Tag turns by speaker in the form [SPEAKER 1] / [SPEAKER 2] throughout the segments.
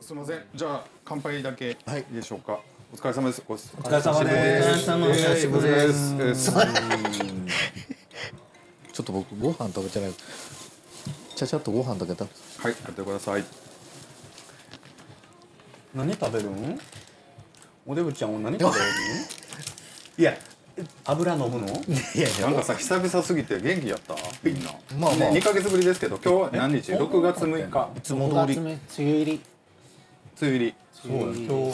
[SPEAKER 1] すみません。じゃあ乾杯だけい
[SPEAKER 2] はい
[SPEAKER 1] いでしょうか。お疲れ様です。お疲
[SPEAKER 2] お疲れ様
[SPEAKER 3] お
[SPEAKER 2] です。
[SPEAKER 3] 疲れ様お久しぶりです。
[SPEAKER 1] れ様です。えー
[SPEAKER 2] ちょっと僕ご飯食べてない。ちゃちゃっとご飯食べた。
[SPEAKER 1] はい、やってください。
[SPEAKER 3] 何食べるんおデブちゃんは何食べるんいや油飲むの
[SPEAKER 2] いやい
[SPEAKER 1] なんかさ久々すぎて元気やった。みんな。
[SPEAKER 2] まあま
[SPEAKER 1] ね
[SPEAKER 2] あ
[SPEAKER 1] 二ヶ月ぶりですけど、今日は何日？六月六日。
[SPEAKER 2] いつも通り。
[SPEAKER 4] 梅雨入り
[SPEAKER 1] 梅雨入り。
[SPEAKER 3] そう今日
[SPEAKER 1] 梅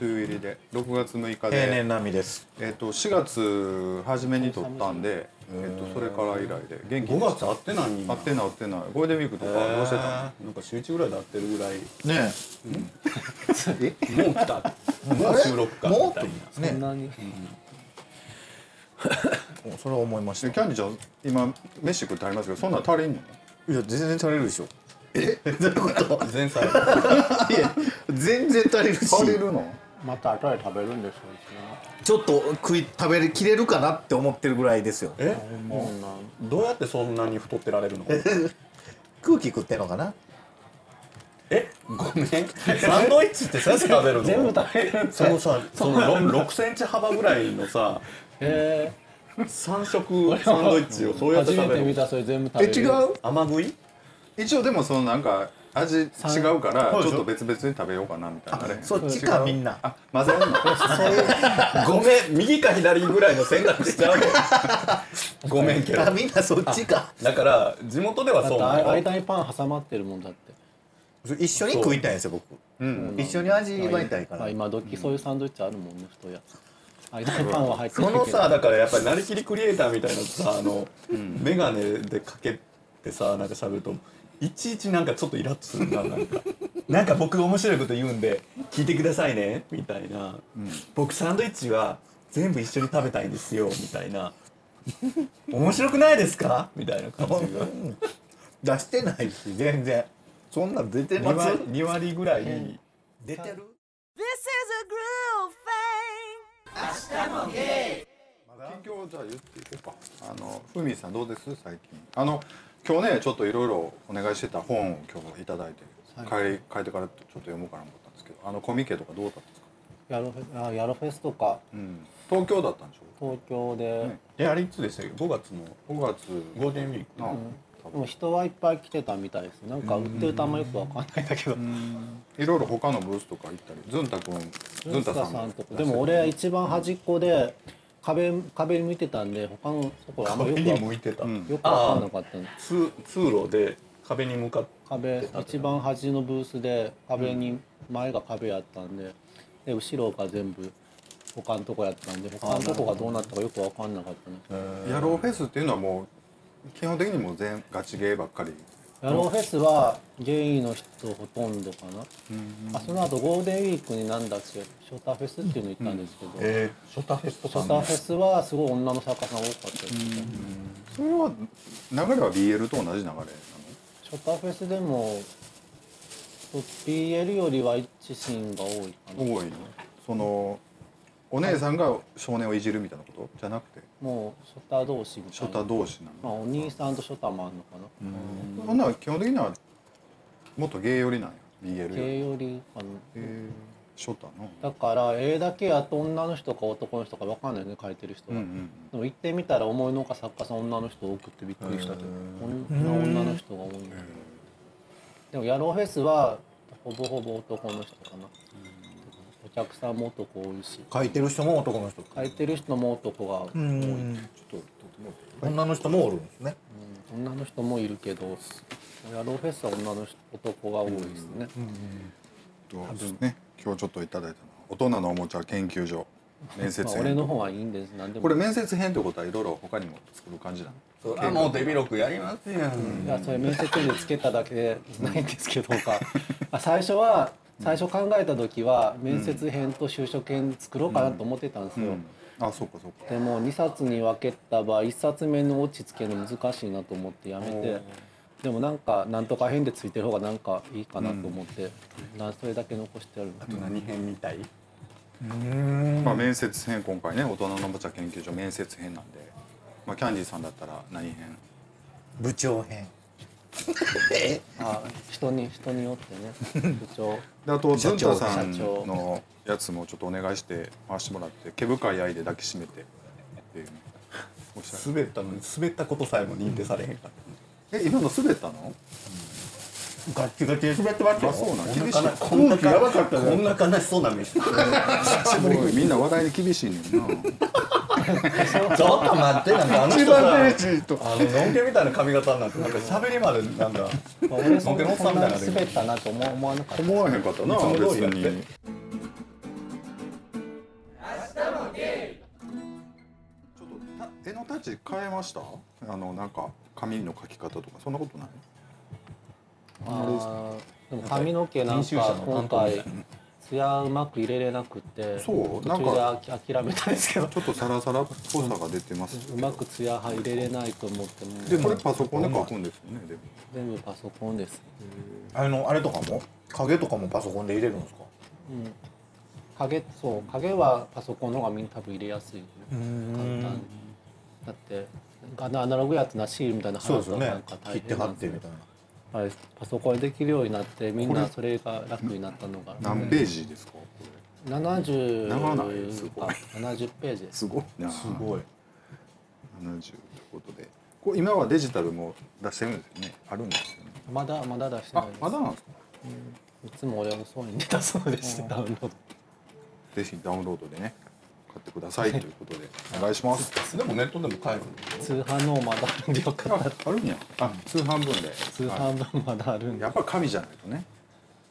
[SPEAKER 1] 雨入りで6月6日
[SPEAKER 2] 平
[SPEAKER 1] で、
[SPEAKER 2] 年並みです。
[SPEAKER 1] えっと4月初めに撮ったんで、えっとそれから以来で元気
[SPEAKER 3] 5
[SPEAKER 1] でし
[SPEAKER 3] 月
[SPEAKER 1] た
[SPEAKER 3] 会ってないん
[SPEAKER 1] 合
[SPEAKER 3] や
[SPEAKER 1] ってない合ってないゴールデンウィークとかどうしてた
[SPEAKER 3] なんか週一ぐらいで会ってるぐらい
[SPEAKER 2] ね
[SPEAKER 3] もう来 たもう収録かみたいな
[SPEAKER 2] え。ね
[SPEAKER 4] 何
[SPEAKER 2] え。それは思いました。
[SPEAKER 1] の
[SPEAKER 2] い
[SPEAKER 1] キャンディちゃん今飯食ってありますけどそんなん足りんの
[SPEAKER 2] や全然足りるでしょ。
[SPEAKER 3] 前菜
[SPEAKER 2] いや全然足りるし。
[SPEAKER 1] 足りるの
[SPEAKER 4] また後で食べるんですよ
[SPEAKER 2] ちょっと食い食べれきれるかなって思ってるぐらいですよ。
[SPEAKER 3] えどうやってそんなに太ってられるの
[SPEAKER 2] 空気食ってんのかな。
[SPEAKER 3] えごめんサンドイッチってそうやって食べるの
[SPEAKER 4] 全部食べる
[SPEAKER 3] そのさそのろ6センチ幅ぐらいのさ
[SPEAKER 4] へ
[SPEAKER 3] 三色サンドイッチをそう
[SPEAKER 4] え
[SPEAKER 3] やっ
[SPEAKER 4] 初
[SPEAKER 3] て
[SPEAKER 4] め
[SPEAKER 3] 食べ
[SPEAKER 4] て
[SPEAKER 3] る
[SPEAKER 4] 見
[SPEAKER 3] の
[SPEAKER 4] たそれ全部食
[SPEAKER 2] え
[SPEAKER 4] べる
[SPEAKER 2] 違う。
[SPEAKER 3] 甘食い
[SPEAKER 1] 一応でもそのなんか味違うから
[SPEAKER 3] そう
[SPEAKER 1] ち
[SPEAKER 3] でし
[SPEAKER 1] ょっ
[SPEAKER 3] ょ
[SPEAKER 1] と別々に食べようかなみたいなね
[SPEAKER 2] そっちかみんな。
[SPEAKER 1] あ混ぜるの
[SPEAKER 3] ごめん右か左ぐらいの選択しちゃう のごめんけど
[SPEAKER 2] あみんなそっちか。
[SPEAKER 3] だから地元では
[SPEAKER 4] だ
[SPEAKER 3] そ
[SPEAKER 4] っ
[SPEAKER 3] う
[SPEAKER 4] て
[SPEAKER 3] なの
[SPEAKER 4] 間にパン挟まってるもんだって
[SPEAKER 2] 一緒に食いたいんですよ僕。うん。一緒に味わいたいか
[SPEAKER 4] ま
[SPEAKER 2] ら
[SPEAKER 4] あ。今時そういうサンドイッチあるもんね太いやつ間にパンは入って
[SPEAKER 3] そ
[SPEAKER 4] るけど
[SPEAKER 3] のさだからやっぱりなりきりクリエイターみたいなさあの、メガネでかけてさなんか喋るといちいちなんかちょっとイラッとするななんかなんか僕面白いこと言うんで聞いてくださいねみたいな、僕サンドイッチは全部一緒に食べたいんですよみたいな面白くないですかみたいな感じが
[SPEAKER 2] 出してないし全然。そんなん出て
[SPEAKER 3] 2
[SPEAKER 2] ま
[SPEAKER 3] 割
[SPEAKER 2] す。
[SPEAKER 3] 2割ぐらいに。
[SPEAKER 2] 出てる。
[SPEAKER 5] This is a groove thing.
[SPEAKER 1] 近況をじゃあ言っていこうかあのふみさんどうです最近あの今日ねちょっといろいろお願いしてた本を今日いただいて、帰り帰ってからちょっと読もうかなと思ったんですけどあのコミケとかどうだったんですか、
[SPEAKER 4] ヤロフェあヤロフェスとか
[SPEAKER 1] うん、東京だったんでしょ
[SPEAKER 4] 東京で
[SPEAKER 1] ね
[SPEAKER 3] えあれいつでしたっけ5月の
[SPEAKER 1] 5月
[SPEAKER 3] ゴールデンウィーク
[SPEAKER 1] な、多
[SPEAKER 4] でも
[SPEAKER 1] 分
[SPEAKER 4] 人はいっぱい来てたみたいですなんか売ってるとあんまよくわかんないんだけど
[SPEAKER 1] いろいろ他のブースとか行ったりずんたくんず
[SPEAKER 4] ず
[SPEAKER 1] ん
[SPEAKER 4] んた
[SPEAKER 1] たさん
[SPEAKER 4] さんと
[SPEAKER 1] も
[SPEAKER 4] かでも俺は一番端っこで壁壁見てたんで他のところあんまよく
[SPEAKER 3] 壁に向いてた、
[SPEAKER 4] よくわかんなかったの
[SPEAKER 3] 通通路で壁に向かって
[SPEAKER 4] 壁一番端のブースで壁に前が壁やったんでで後ろが全部他のとこやったんで他のとこがどうなったかよくわかんなかったね
[SPEAKER 1] ヤローフェスっていうのはもう基本的にもう全ガチゲーばっかり
[SPEAKER 4] ヤローフェスはゲイの人ほとんどかなあその後ゴールデンウィークになんだっけショタフェスっていうの行ったんですけどシ
[SPEAKER 3] えー、ショタフェスト
[SPEAKER 4] ョタフェスはすごい女の作家さん多かったですね
[SPEAKER 1] それは流れは BL と同じ流れなの
[SPEAKER 4] ショタフェスでも PL よりは一致シーンが多いかな
[SPEAKER 1] 多いのそのお姉さんが少年をいじるみたいなことじゃなくて
[SPEAKER 4] もうショタ同士み
[SPEAKER 1] シ
[SPEAKER 4] た
[SPEAKER 1] ョ
[SPEAKER 4] いな
[SPEAKER 1] タ同士な
[SPEAKER 4] まあ
[SPEAKER 1] の、
[SPEAKER 4] お兄さんとショタもあんのか
[SPEAKER 1] そんな基本的にはもっとゲー寄りなんや BL
[SPEAKER 4] な
[SPEAKER 1] より
[SPEAKER 4] 系よりかな
[SPEAKER 1] えーショタの
[SPEAKER 4] だから絵だけやと女の人か男の人か分かんないよね描いてる人
[SPEAKER 1] うん
[SPEAKER 4] が、
[SPEAKER 1] うん
[SPEAKER 4] でも行ってみたら思いのほか作家さん女の人多くてびっくりしたけどこんな女の人が多いんだでもヤローフェスはほぼほぼ男の人かなお客さんも男多いし
[SPEAKER 2] 書いてる人も男の人。
[SPEAKER 4] 描いてる人も男が多い
[SPEAKER 2] 女の人もおるんですね。
[SPEAKER 4] 女の人もいるけどヤローフェスは女の人男が多いですね、
[SPEAKER 1] うんそうですね今日ちょっといただいたのは大人のおもちゃ研究所面接
[SPEAKER 4] まあ、
[SPEAKER 1] 編
[SPEAKER 4] 俺の方はいいんです何でも
[SPEAKER 1] これ面接編ってことはいろいろ他にも作る感じなの
[SPEAKER 3] あもうデビロクやりますやん
[SPEAKER 4] いやそれ面接でつけただけでないんですけど かあ最初は最初考えた時は面接編と就職編作ろうかなと思ってたんですよ、
[SPEAKER 1] あそうかそうか
[SPEAKER 4] でも2冊に分けた場合1冊目の落ち着けるの難しいなと思ってやめてでもなんかなんとか編でついてる方がなんかいいかなと思って、なそれだけ残してある
[SPEAKER 3] あと何編みたい
[SPEAKER 1] まあ、面接編今回ね大人のおもちゃ研究所面接編なんで、まあ、キャンディーさんだったら何編
[SPEAKER 2] 部長編。
[SPEAKER 4] あ人に人によって ね部長
[SPEAKER 1] であとズ
[SPEAKER 2] 社
[SPEAKER 1] ン
[SPEAKER 2] 長
[SPEAKER 1] タさん
[SPEAKER 4] 社長
[SPEAKER 1] のやつもちょっとお願いして回してもらって毛深い愛で抱きしめてっていうおっしゃる
[SPEAKER 3] 滑ったのに滑ったことさえも認定されへんから、
[SPEAKER 1] え今の滑ったの
[SPEAKER 3] ガッチガチで滑ってましたよ
[SPEAKER 1] あそうなん厳
[SPEAKER 3] お
[SPEAKER 1] しい
[SPEAKER 3] 腹な
[SPEAKER 1] こんな
[SPEAKER 3] こんな
[SPEAKER 1] やばかったね
[SPEAKER 3] こんな悲しそうな目して
[SPEAKER 1] 久しぶりにみんな話題に厳しいねんな
[SPEAKER 3] ちょっと待ってなんかあの
[SPEAKER 1] 一
[SPEAKER 3] 人
[SPEAKER 1] 番
[SPEAKER 3] さ
[SPEAKER 1] デージと
[SPEAKER 3] あののんけみたいな髪型になってなんか喋りまでなんか
[SPEAKER 4] まあ俺そん
[SPEAKER 3] 僕の
[SPEAKER 4] な
[SPEAKER 3] 奥さ
[SPEAKER 4] そ
[SPEAKER 3] ん
[SPEAKER 4] ん
[SPEAKER 3] みた
[SPEAKER 4] ない
[SPEAKER 3] な
[SPEAKER 4] に滑ったなと思思わなかった
[SPEAKER 1] 思わへんかったない
[SPEAKER 3] つも
[SPEAKER 1] 別
[SPEAKER 3] 通りやって
[SPEAKER 1] にちょっとた絵のタッチ変えましたあのなんか紙の描き方とかそんなことない
[SPEAKER 4] あーでも髪の毛なん
[SPEAKER 3] 編集者
[SPEAKER 4] か
[SPEAKER 3] の担
[SPEAKER 4] 今
[SPEAKER 3] 当みたい
[SPEAKER 4] 回艶うまく入れれなくて
[SPEAKER 1] そう
[SPEAKER 4] 途中
[SPEAKER 1] なん
[SPEAKER 4] で
[SPEAKER 1] か
[SPEAKER 4] あき諦めたんですけど
[SPEAKER 1] ちょっとサラサラっぽさが出てます
[SPEAKER 4] うまく艶入れれないと思っても
[SPEAKER 1] でこれパソコンで書くんですよねでも
[SPEAKER 4] 全部パソコンです、
[SPEAKER 2] あのあれとかも影とかもパソコンで入れるんですか
[SPEAKER 4] うん、影そう影はパソコンの方がみんな多分入れやすい簡単にだってあのアナログやつなシールみたいな
[SPEAKER 2] そう
[SPEAKER 4] 貼
[SPEAKER 2] です
[SPEAKER 4] ると
[SPEAKER 2] よ
[SPEAKER 4] な
[SPEAKER 2] ね
[SPEAKER 4] んか
[SPEAKER 2] 切
[SPEAKER 4] 大
[SPEAKER 2] って
[SPEAKER 4] 変
[SPEAKER 2] 貼
[SPEAKER 4] な
[SPEAKER 2] っ
[SPEAKER 4] んです
[SPEAKER 2] て
[SPEAKER 4] よ
[SPEAKER 2] みたいな
[SPEAKER 4] はい、パソコンでできるようになってみんなそれが楽になったのが
[SPEAKER 1] 何ページですかこれ
[SPEAKER 4] 70
[SPEAKER 1] 長ないすごい
[SPEAKER 4] あ70ページです
[SPEAKER 1] すごいな
[SPEAKER 2] すごい
[SPEAKER 1] 70ということでこう今はデジタルも出してるんですよねあるんですよね
[SPEAKER 4] まだまだ出してない
[SPEAKER 1] あ
[SPEAKER 4] です
[SPEAKER 1] まだなんですか
[SPEAKER 4] いつも俺遅いんで出そうでしてダウンロード
[SPEAKER 1] ぜひダウンロードでね買ってくださいということでお願いします
[SPEAKER 3] でもネットでも買える
[SPEAKER 4] 通販のまだあるんでよか
[SPEAKER 1] あ
[SPEAKER 4] った
[SPEAKER 1] あるんやあ通販分で
[SPEAKER 4] 通
[SPEAKER 1] はい
[SPEAKER 4] 販分まだあるんで
[SPEAKER 1] やっぱ紙じゃないとね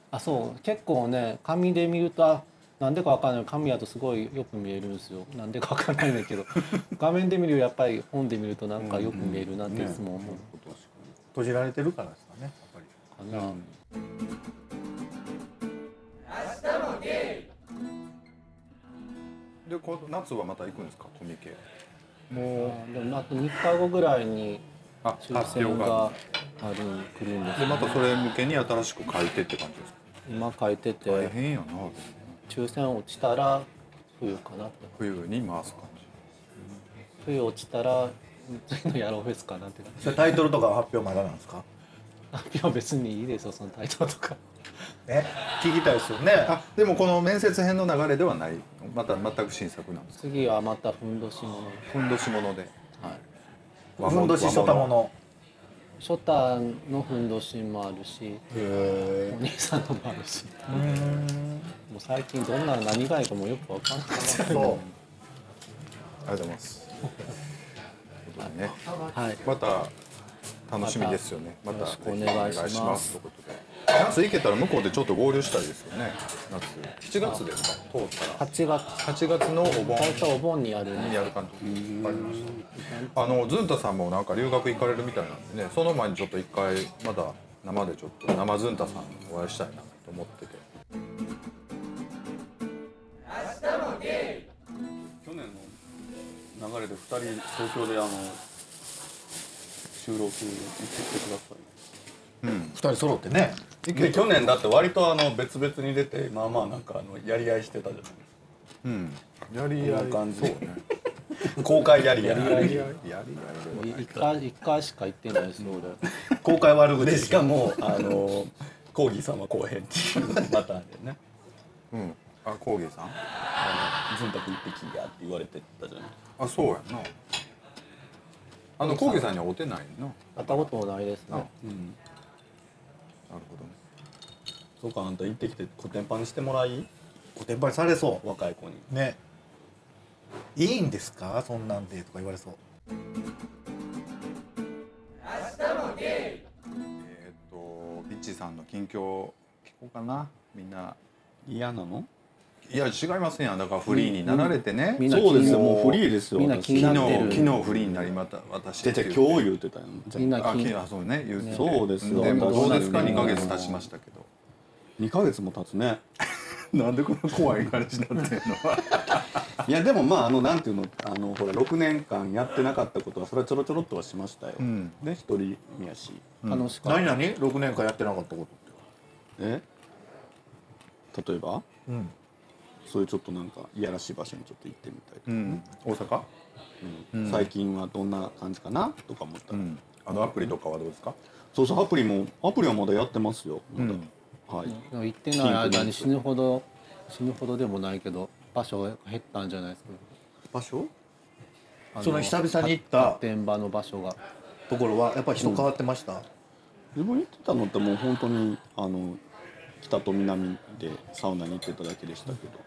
[SPEAKER 4] あそう結構ね紙で見るとあなんでかわかんない紙やとすごいよく見えるんですよなんでかわかんないんだけ ど画面で見るよりやっぱり本で見るとなんかよく見えるなっていつも思う
[SPEAKER 2] 閉じられてるからですかねやっぱり
[SPEAKER 4] かな、
[SPEAKER 1] でこの夏はまた行くんですかコミケ
[SPEAKER 4] もうでもあと3日後ぐらいに
[SPEAKER 1] あ
[SPEAKER 4] 抽
[SPEAKER 1] 発
[SPEAKER 4] 選
[SPEAKER 1] 表
[SPEAKER 4] が
[SPEAKER 1] が
[SPEAKER 4] あるん来るんです
[SPEAKER 1] で
[SPEAKER 4] よ
[SPEAKER 1] またそれ向けに新しく書いてって感じですか
[SPEAKER 4] 今書い
[SPEAKER 1] 大
[SPEAKER 4] てて
[SPEAKER 1] 変やな
[SPEAKER 4] 抽選落ちたら冬かなって
[SPEAKER 1] 冬に回す感じ
[SPEAKER 4] 冬落ちたら次のやろうフェスかなって
[SPEAKER 2] それタイトルとか発表まだなんですか
[SPEAKER 4] 発表別にいいですよそのタイトルとか
[SPEAKER 2] ね聞きたいですよね
[SPEAKER 1] あでもこの面接編の流れではないのまた全く新作なんですか
[SPEAKER 4] 次はまたふんどしもの
[SPEAKER 1] ふんどしもので
[SPEAKER 4] はい
[SPEAKER 1] 和
[SPEAKER 2] ふんどし初たもの
[SPEAKER 4] ショタのふんどしもあるし
[SPEAKER 2] へ
[SPEAKER 4] お兄さんのもあるしもう最近どんなの何がいいかもよくわからなくて
[SPEAKER 2] えそ
[SPEAKER 1] ありがとうございます。ということでね、
[SPEAKER 4] はい
[SPEAKER 1] また楽しみですよね。ま
[SPEAKER 4] ま
[SPEAKER 1] た
[SPEAKER 4] た
[SPEAKER 1] ぜひ
[SPEAKER 4] よろしくお願いします
[SPEAKER 1] ということで。夏行けたら向こうでちょっと合流したいですよね。夏。七月ですか。通ったら。
[SPEAKER 4] 8月
[SPEAKER 1] 八月のお盆
[SPEAKER 4] 大体お盆にやる
[SPEAKER 1] に
[SPEAKER 4] ね
[SPEAKER 1] やる感じ。わかりました。あのズンタさんもなんか留学行かれるみたいなんでね、その前にちょっと一回まだ生でちょっと生ズンタさんにお会いしたいなと思ってて。
[SPEAKER 3] 去年の流れで2人東京であの収録行ってきてください
[SPEAKER 2] 二人揃ってね
[SPEAKER 3] で去年だって割とあの別々に出てまあまあなんかあのやり合いしてたじゃない
[SPEAKER 1] うん。やり
[SPEAKER 3] こんな感じ
[SPEAKER 1] そうね。
[SPEAKER 3] ですか公開やり合い
[SPEAKER 1] やりやりやり。
[SPEAKER 4] 1回一回しか行ってないですよ俺
[SPEAKER 2] 公開悪口
[SPEAKER 3] でしかもあのコーギーさんは後編っていうパターンでね
[SPEAKER 1] うん。あ、コーギーさん。
[SPEAKER 3] あのズンタ君って聞いやって言われてたじゃない
[SPEAKER 1] あそうやんなあのコウギさんには会うてないななる
[SPEAKER 4] 会ったこともないですね
[SPEAKER 1] ほどね
[SPEAKER 3] そうかあんた行ってきてコテンパンにしてもらい
[SPEAKER 2] コテンパンされそ
[SPEAKER 3] 若い子に
[SPEAKER 2] うねいいんですかそんなんでとか言われそう
[SPEAKER 1] えーっ、とピッチーさんの近況聞こうかなみんな
[SPEAKER 3] 嫌なの
[SPEAKER 1] いや違いますねだからフリーになられてね、
[SPEAKER 4] みんな
[SPEAKER 3] そうですよ
[SPEAKER 1] もう
[SPEAKER 3] もうフリーですよ
[SPEAKER 4] みんな気にな
[SPEAKER 1] 昨
[SPEAKER 4] っ
[SPEAKER 1] 日
[SPEAKER 4] て
[SPEAKER 1] 昨
[SPEAKER 4] る
[SPEAKER 1] 日フリーになりまた私
[SPEAKER 3] 出
[SPEAKER 1] ってて言
[SPEAKER 3] 今
[SPEAKER 1] っ
[SPEAKER 3] 日言うてたよ
[SPEAKER 4] みんな
[SPEAKER 1] あ
[SPEAKER 4] 気
[SPEAKER 1] 昨
[SPEAKER 4] に
[SPEAKER 1] 日あそうね言うてて
[SPEAKER 3] そうですよ
[SPEAKER 1] でもどうですか
[SPEAKER 3] 確かに
[SPEAKER 1] 二ヶ月経ちましたけど
[SPEAKER 3] 2ヶ月も経つね
[SPEAKER 1] なんでこんな怖い感じになってるの
[SPEAKER 3] いやでもまああのなんていうのあのほら6年間やってなかったことはそれはちょろちょろっとはしましたよ、
[SPEAKER 1] ん
[SPEAKER 3] で一人見やし
[SPEAKER 4] 楽しかっ
[SPEAKER 2] 何々6年間やってなかったことって
[SPEAKER 3] え例えば
[SPEAKER 2] うん
[SPEAKER 3] そういうちょっとなんかいやらしい場所にちょっと行ってみたいと か
[SPEAKER 1] う、ん大阪
[SPEAKER 3] 最近はどんな感じかなとか思った
[SPEAKER 1] う
[SPEAKER 3] ら、
[SPEAKER 1] んあのアプリとかはどうですか
[SPEAKER 3] そうそうアプリもアプリはまだやってますよ、
[SPEAKER 1] う
[SPEAKER 3] まだ
[SPEAKER 1] ん
[SPEAKER 3] はい、
[SPEAKER 4] でも行ってない間に死ぬほど死ぬほどでもないけど場所が減ったんじゃないですか
[SPEAKER 2] 場所
[SPEAKER 4] あの
[SPEAKER 2] その久々に行っ
[SPEAKER 4] 発
[SPEAKER 2] た
[SPEAKER 4] 発展場の場所が
[SPEAKER 2] ところはやっぱり人変わってました、
[SPEAKER 3] 自分行ってたのってもう本当にあの北と南でサウナに行ってただけでしたけど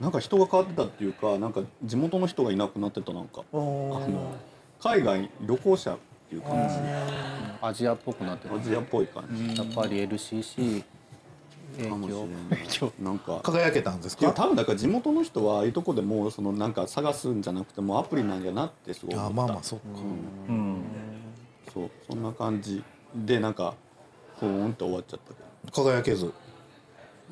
[SPEAKER 3] なんか人が変わってたっていうかなんか地元の人がいなくなってたなんかあ
[SPEAKER 2] おー
[SPEAKER 3] の海外旅行者っていう感じ
[SPEAKER 4] アジアっぽくなってる
[SPEAKER 3] アジアっぽい感じ
[SPEAKER 4] やっぱり LCC 影
[SPEAKER 3] かもしれ
[SPEAKER 4] 響
[SPEAKER 3] ないなんか
[SPEAKER 2] 輝けたんです
[SPEAKER 3] いや
[SPEAKER 2] か
[SPEAKER 3] 多分だから地元の人はああいうとこでもうそのなんか探すんじゃなくてもうアプリなんやなってすごい
[SPEAKER 2] あー
[SPEAKER 3] 思った
[SPEAKER 2] まあまあそっか、
[SPEAKER 3] そうそんな感じでなんかふーんって終わっちゃったけ
[SPEAKER 2] 輝けず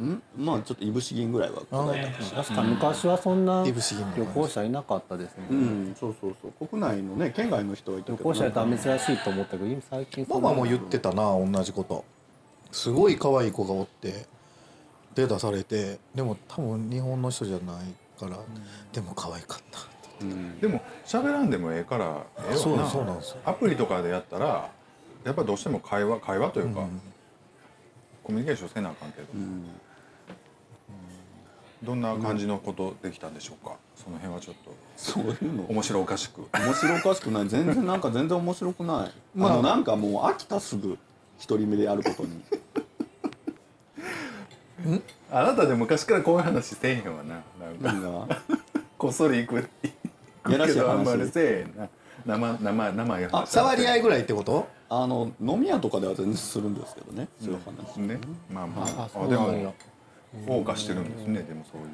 [SPEAKER 3] どんまあちょっといぶし銀ぐらいは答えたかしら
[SPEAKER 4] 確かに昔はそんな
[SPEAKER 2] イブシギンの話
[SPEAKER 4] 旅行者いなかったですね、
[SPEAKER 3] うん、そうそうそう国内のね県外の人はいた
[SPEAKER 4] 旅
[SPEAKER 3] けど
[SPEAKER 4] 行者
[SPEAKER 3] な
[SPEAKER 4] や
[SPEAKER 3] ん
[SPEAKER 4] った
[SPEAKER 3] から
[SPEAKER 4] 珍しいと思ったけど今最近
[SPEAKER 2] マ
[SPEAKER 4] んな
[SPEAKER 2] マも言ってたな同じことすごい可愛い子がおってで出されてでも多分日本の人じゃないから、でも可愛かった
[SPEAKER 1] でも喋らんでもええからええ
[SPEAKER 2] そう
[SPEAKER 1] わ
[SPEAKER 2] なん
[SPEAKER 1] な
[SPEAKER 2] そうなんですよ
[SPEAKER 1] アプリとかでやったらやっぱどうしても会話会話というか、コミュニケーションせなあかんけど、うんどんな感じのことできたんでしょうか、その辺はちょっと
[SPEAKER 3] そういうの
[SPEAKER 1] 面白おかしく
[SPEAKER 3] 面白おかしくない全然なんか全然面白くないまあのなんかもう飽きたすぐ一人目でやることに
[SPEAKER 1] あなたで昔からこういう話せえへんわななんか、
[SPEAKER 3] みんな
[SPEAKER 1] こっそり行く
[SPEAKER 3] やら
[SPEAKER 1] け
[SPEAKER 3] しい話
[SPEAKER 1] どあんまりせえへんな生生生や話
[SPEAKER 2] 触り合いぐらいってこと
[SPEAKER 3] あの飲み屋とかでは全然するんですけどねそういう話、
[SPEAKER 1] ねまあまあ
[SPEAKER 4] あそう
[SPEAKER 1] で
[SPEAKER 4] なんや
[SPEAKER 1] も謳歌してるんですねでもそういう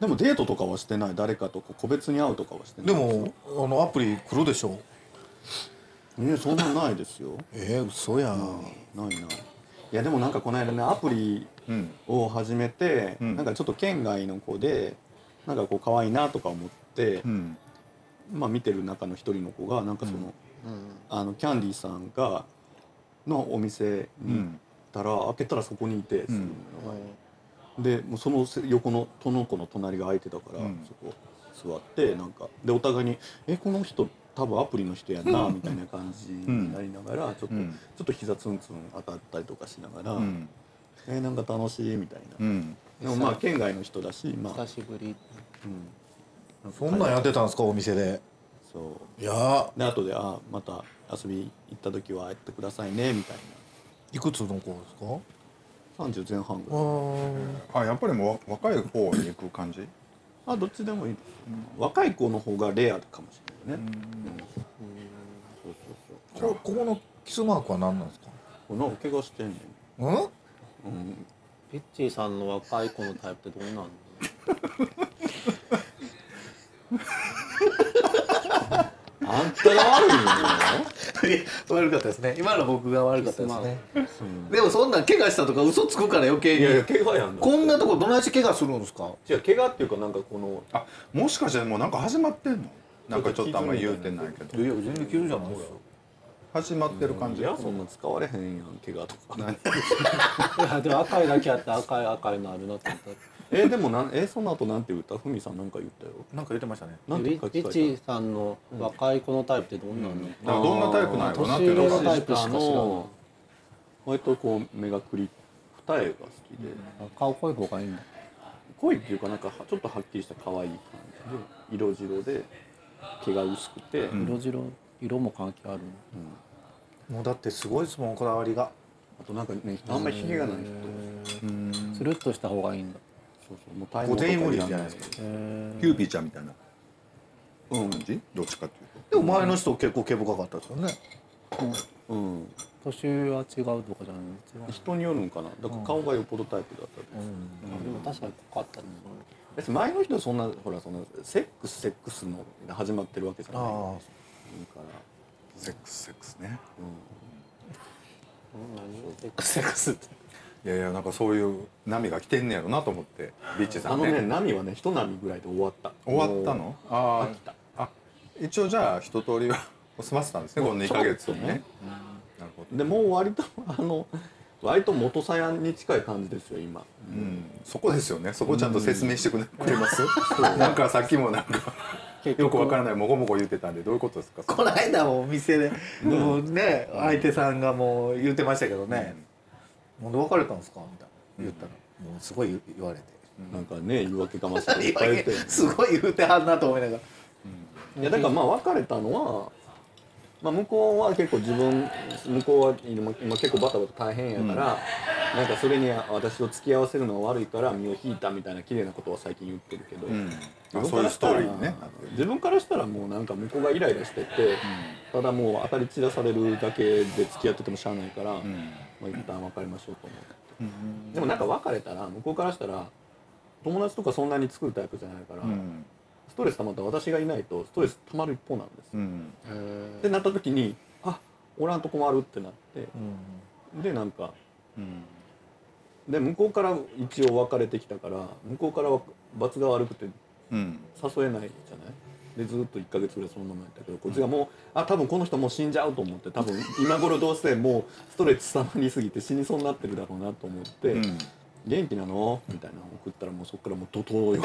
[SPEAKER 3] でもデートとかはしてない誰かとこう個別に会うとかはしてない
[SPEAKER 2] でもあのアプリ来るでしょ
[SPEAKER 3] ねそんなんないですよ
[SPEAKER 2] えー、嘘やん、
[SPEAKER 3] ないないいやでもなんかこの間ねアプリ
[SPEAKER 1] うん
[SPEAKER 3] を始めて、
[SPEAKER 1] うん
[SPEAKER 3] なんかちょっと県外の子でなんかこう可愛いなとか思って、
[SPEAKER 1] うん
[SPEAKER 3] まあ、見てる中の一人の子がなんかその,、あのキャンディーさんがのお店
[SPEAKER 1] う
[SPEAKER 3] に行っ
[SPEAKER 1] ん
[SPEAKER 3] たら、開けたらそこにいて、
[SPEAKER 1] うん
[SPEAKER 3] でもうそのせ横のその子の隣が空いてたから、
[SPEAKER 1] うん
[SPEAKER 3] そこ座ってなんかでお互いに「えこの人多分アプリの人やな」みたいな感じになりながら、ちょっと、
[SPEAKER 1] うん
[SPEAKER 3] ちょっと膝ツンツン当たったりとかしながら「
[SPEAKER 1] うん
[SPEAKER 3] えなんか楽しい」みたいな、
[SPEAKER 1] うん
[SPEAKER 3] でもまあ県外の人だしまあ
[SPEAKER 4] 久しぶり
[SPEAKER 2] そんなんやってたんですかお店で
[SPEAKER 3] そう。
[SPEAKER 2] いやー
[SPEAKER 3] で後で「あまた遊び行った時は会ってくださいね」みたい
[SPEAKER 2] いくつの子ですか
[SPEAKER 3] な30前半ぐ
[SPEAKER 2] あ
[SPEAKER 1] あ
[SPEAKER 2] ー
[SPEAKER 3] らい
[SPEAKER 1] やっぱりもう若い方に行く感じ
[SPEAKER 3] あどっちでもいいです、若い子の方がレアかもしれないね、うんそうそうそう
[SPEAKER 2] こここのキスマークは何なんですか
[SPEAKER 3] この怪我してんねん
[SPEAKER 2] うん
[SPEAKER 4] ピッチーさんの若い子のタイプってどんなん
[SPEAKER 3] あんたが悪い のよ
[SPEAKER 2] 悪かったですね今の僕が悪かったですねでもそんなん怪我したとか嘘つくから余計に
[SPEAKER 3] 怪我やん
[SPEAKER 2] こんなとこどないして怪我するんですか
[SPEAKER 3] 違う怪我っていうかなんかこの
[SPEAKER 1] あもしかしてもうなんか始まってんのなんかちょっとあんまり言うてないけど
[SPEAKER 2] や全然傷じゃないですよ
[SPEAKER 1] 始まってる感じ
[SPEAKER 3] いやそんな使われへんやん怪我とか
[SPEAKER 4] いやでも赤いだけあって赤い赤いのあるなと思っ
[SPEAKER 3] えでもなんえその後なんて言ったふみさんなんか言ったよ
[SPEAKER 2] なんか言ってましたね
[SPEAKER 3] な
[SPEAKER 4] た
[SPEAKER 3] ん
[SPEAKER 4] ピ
[SPEAKER 3] て
[SPEAKER 4] ッ
[SPEAKER 3] 書
[SPEAKER 4] ピ
[SPEAKER 3] き
[SPEAKER 4] ッ
[SPEAKER 3] 換
[SPEAKER 4] チ
[SPEAKER 3] え
[SPEAKER 4] ーさんの若い子のタイプってどんなんの、
[SPEAKER 1] だからどんなタイプなんやろうなって
[SPEAKER 4] 年
[SPEAKER 1] い
[SPEAKER 4] 上
[SPEAKER 1] うの
[SPEAKER 4] の
[SPEAKER 1] が
[SPEAKER 4] タイプしか知ら
[SPEAKER 3] 年下
[SPEAKER 4] ない
[SPEAKER 3] の割とこう目がクリ二重が好きで、
[SPEAKER 4] 顔濃い方がいいんだ
[SPEAKER 3] 濃いっていうかなんかちょっとはっきりした可愛い感じで色白で毛が薄くて、
[SPEAKER 4] 色白色も関係あるの
[SPEAKER 2] もうだってすごいですもんこだわりが
[SPEAKER 3] あとなんかねあんまりひげがない人
[SPEAKER 4] つるっとした方がいいんだ
[SPEAKER 3] そうそうもう体
[SPEAKER 2] ご全員無
[SPEAKER 3] 毛
[SPEAKER 2] 理
[SPEAKER 3] と
[SPEAKER 2] じ
[SPEAKER 3] か
[SPEAKER 2] ゃな
[SPEAKER 3] いら
[SPEAKER 2] い
[SPEAKER 3] ない
[SPEAKER 2] ですか
[SPEAKER 1] キューピーちゃんみたいな感じどっちかっていう
[SPEAKER 2] でも前の人結構毛深かったですよね
[SPEAKER 3] うん
[SPEAKER 4] 年上は違うとかじゃないの違う
[SPEAKER 3] 人によるんかなだから顔がよっぽどタイプだったり、
[SPEAKER 4] でも確かに濃かったね
[SPEAKER 3] 別に前の人はそんなほらそのセックスセックスのが始まってるわけじゃない
[SPEAKER 2] あ
[SPEAKER 3] から
[SPEAKER 1] とセックスセックスね
[SPEAKER 4] セックスセックスって
[SPEAKER 1] いやいやなんかそういう波が来てんねやろなと思ってビッチさ
[SPEAKER 3] あ
[SPEAKER 1] ん
[SPEAKER 3] のね
[SPEAKER 1] ね
[SPEAKER 3] 波はね一波ぐらいで終わった
[SPEAKER 1] 終わったのあああ一応じゃあ一通りは済ませたんですねこの2ヶ月にねなるほど
[SPEAKER 3] でもう割とあの割と元さやに近い感じですよ今
[SPEAKER 1] うんそこですよねそこちゃんと説明してくれくれますなんかさっきもなんか
[SPEAKER 4] 結局
[SPEAKER 1] よくわからないもごもご言ってたんでどういうことですか
[SPEAKER 2] この間もお店で、もうね相手さんがもう言ってましたけどね「なんで別れたんですか?」みたいな言ったら、もうすごい言われて
[SPEAKER 3] なんかね言い訳かましくいっぱい言って
[SPEAKER 2] 言われ てすごい言うてはんなと思いながら
[SPEAKER 3] いやだからまあ別れたのは、まあ、向こうは結構自分向こうは今今結構バタバタ大変やから、なんかそれに私を付き合わせるのは悪いから身を引いたみたいな綺麗なことは最近言ってるけど、
[SPEAKER 1] うんあ
[SPEAKER 3] 自
[SPEAKER 1] そうい
[SPEAKER 3] 分か
[SPEAKER 1] う
[SPEAKER 3] ら
[SPEAKER 1] ス
[SPEAKER 3] し
[SPEAKER 1] ト
[SPEAKER 3] た
[SPEAKER 1] ー
[SPEAKER 3] ら
[SPEAKER 1] リーにね
[SPEAKER 3] 自分からしたらもうなんか向こうがイライラしてて、ただもう当たり散らされるだけで付き合っててもしゃあないか
[SPEAKER 1] う
[SPEAKER 3] ら、
[SPEAKER 1] ん
[SPEAKER 3] まあ、一旦別れましょうと思って。
[SPEAKER 1] うん
[SPEAKER 3] でもなんか別れたら向こうからしたら友達とかそんなに作るタイプじゃないから、
[SPEAKER 1] うん
[SPEAKER 3] ストレス溜まったら私がいないとストレス溜まる一方なんですよ、
[SPEAKER 1] うん
[SPEAKER 3] ってなった時にあおらんと困るってなって、でなんか
[SPEAKER 1] うん
[SPEAKER 3] で向こうから一応別れてきたから向こうからは罰が悪くて
[SPEAKER 1] うん
[SPEAKER 3] 誘えないじゃないでずっと1ヶ月ぐらいそのままやったけどこっちがもう、あ多分この人もう死んじゃうと思って多分今頃どうせもうストレス溜まりすぎて死にそうになってるだろうなと思って。
[SPEAKER 1] うん
[SPEAKER 3] 元気なのみたいなの送ったらもうそっからもう怒涛よ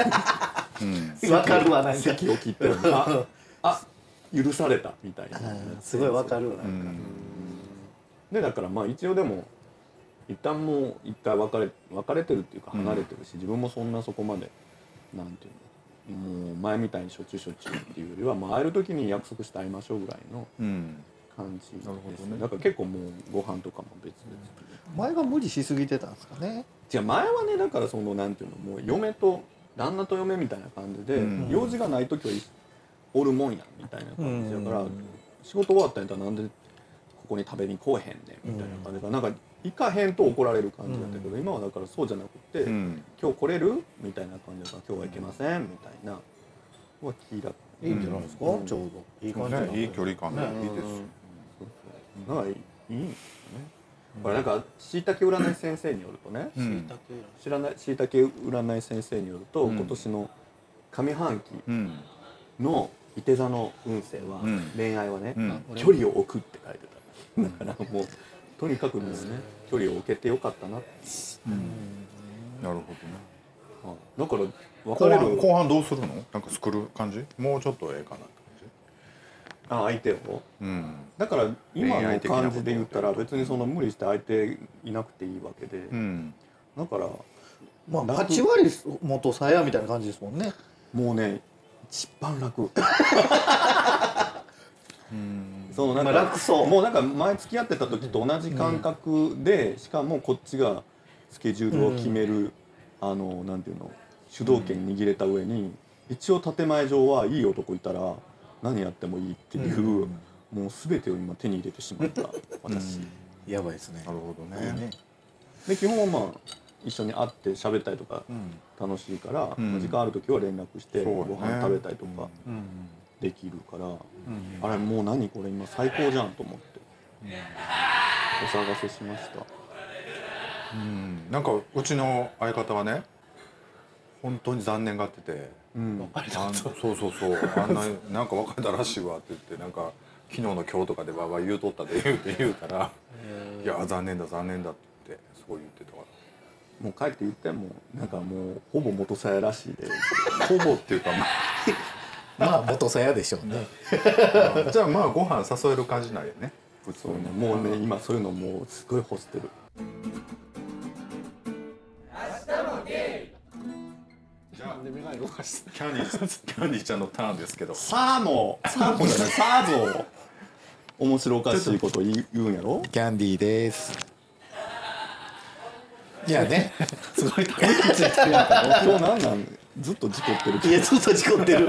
[SPEAKER 1] うん
[SPEAKER 2] 分かるわなんか
[SPEAKER 3] 席を切ってああ許されたみたいな
[SPEAKER 2] うんすごい分かるわ
[SPEAKER 1] う
[SPEAKER 2] なんか
[SPEAKER 1] ん
[SPEAKER 3] でだからまあ一応でも一旦もう一回別れ別れてるっていうか離れてるし、自分もそんなそこまでなんていうのもう前みたいにしょっちゅうしょっちゅうっていうよりは、まあ、会える時に約束して会いましょうぐらいの
[SPEAKER 1] うん
[SPEAKER 3] 感じです
[SPEAKER 1] なるほどね
[SPEAKER 3] だから結構もうご飯とかも別々で
[SPEAKER 2] 前が無理しすぎてたんですかね
[SPEAKER 3] じゃあ前はねだからそのなんていうのもう嫁と旦那と嫁みたいな感じで、
[SPEAKER 1] うん
[SPEAKER 3] 用事がない時はいおるもんやみたいな感じだから、仕事終わったんやったらなんでここに食べに来おへんねんみたいな感じが、なんか行かへんと怒られる感じだったけど、今はだからそうじゃなくて、
[SPEAKER 1] うん
[SPEAKER 3] 今日来れるみたいな感じだから今日は行けませんみたいなは気楽
[SPEAKER 2] いいんじゃないですか、
[SPEAKER 3] うん
[SPEAKER 2] ちょうどいい感じなんで
[SPEAKER 1] ねいい距離感でいいですよ
[SPEAKER 3] なんかいいいいんですよね、これなんかしいたけ占い先生によるとね、
[SPEAKER 1] うん
[SPEAKER 3] 知らないしいたけ占い先生によると、
[SPEAKER 1] うん
[SPEAKER 3] 今年の上半期
[SPEAKER 1] うん
[SPEAKER 3] の伊手座の運勢は、
[SPEAKER 1] うん
[SPEAKER 3] 恋愛はね、
[SPEAKER 1] うん
[SPEAKER 3] 距離を置くって書いてただからもうとにかくですね距離を置けてよかったなって、
[SPEAKER 1] なるほ
[SPEAKER 3] だから別
[SPEAKER 1] ど
[SPEAKER 3] れ
[SPEAKER 1] ね後半
[SPEAKER 3] る
[SPEAKER 1] 後半どうするのなんか作る感じもうちょっとええかなって
[SPEAKER 3] あ相手を
[SPEAKER 1] 感
[SPEAKER 3] だから今
[SPEAKER 1] 恋愛
[SPEAKER 3] の
[SPEAKER 1] 的なこと
[SPEAKER 3] 感じで言ったら別にその無理して相手いなくていいわけで、
[SPEAKER 1] じうん
[SPEAKER 3] だから
[SPEAKER 2] まあ8割元さやみたいな感じですもんね
[SPEAKER 3] もうね一番楽そのなんか、
[SPEAKER 2] まあ楽そう
[SPEAKER 3] もうなんか前付き合ってた時と同じ感覚で、しかもこっちがスケジュールを決める、あのなんていうの主導権握れた上に、一応建前上はいい男いたら何やってもいいっていう、もう全てを今手に入れてし まった私、
[SPEAKER 2] やばいですね
[SPEAKER 1] なるほどね
[SPEAKER 3] で基本はまあ一緒に会って喋ったりとか楽しいから、
[SPEAKER 1] うん
[SPEAKER 3] まあ時間ある時は連絡して、
[SPEAKER 1] そうね
[SPEAKER 3] ご飯食べたりとかできるから、あれもう何これ今最高じゃんと思って、お騒がせしました
[SPEAKER 1] うんなんかうちの相方はね本当に残念がってて
[SPEAKER 3] うん
[SPEAKER 1] あんそうそうそうあんな なんか別れたらしいわって言ってなんか昨日の今日とかでわわ言うとったで言うて言うから「いや残念だ残念だ」って言ってすごい言ってたから。
[SPEAKER 3] もう帰って言ってもうなんかもうほぼ元さやらしいで
[SPEAKER 1] ほぼっていうか、ま
[SPEAKER 2] まあ元さやでしょうね
[SPEAKER 1] あ、じゃあまあご飯誘える感じなんやね普通
[SPEAKER 3] そうね
[SPEAKER 1] に
[SPEAKER 3] もうね今そういうのもうすごい欲してる
[SPEAKER 1] キャンディーキャンディーちゃんのターンですけど
[SPEAKER 3] サーモサーモじゃないサーゾー面白おかしいこと言う言うんやろ
[SPEAKER 2] キャンディーですいやね
[SPEAKER 3] すごい高い口つけやから今日なんなんずっと事故って
[SPEAKER 2] い
[SPEAKER 3] る
[SPEAKER 2] やずっと事故ってる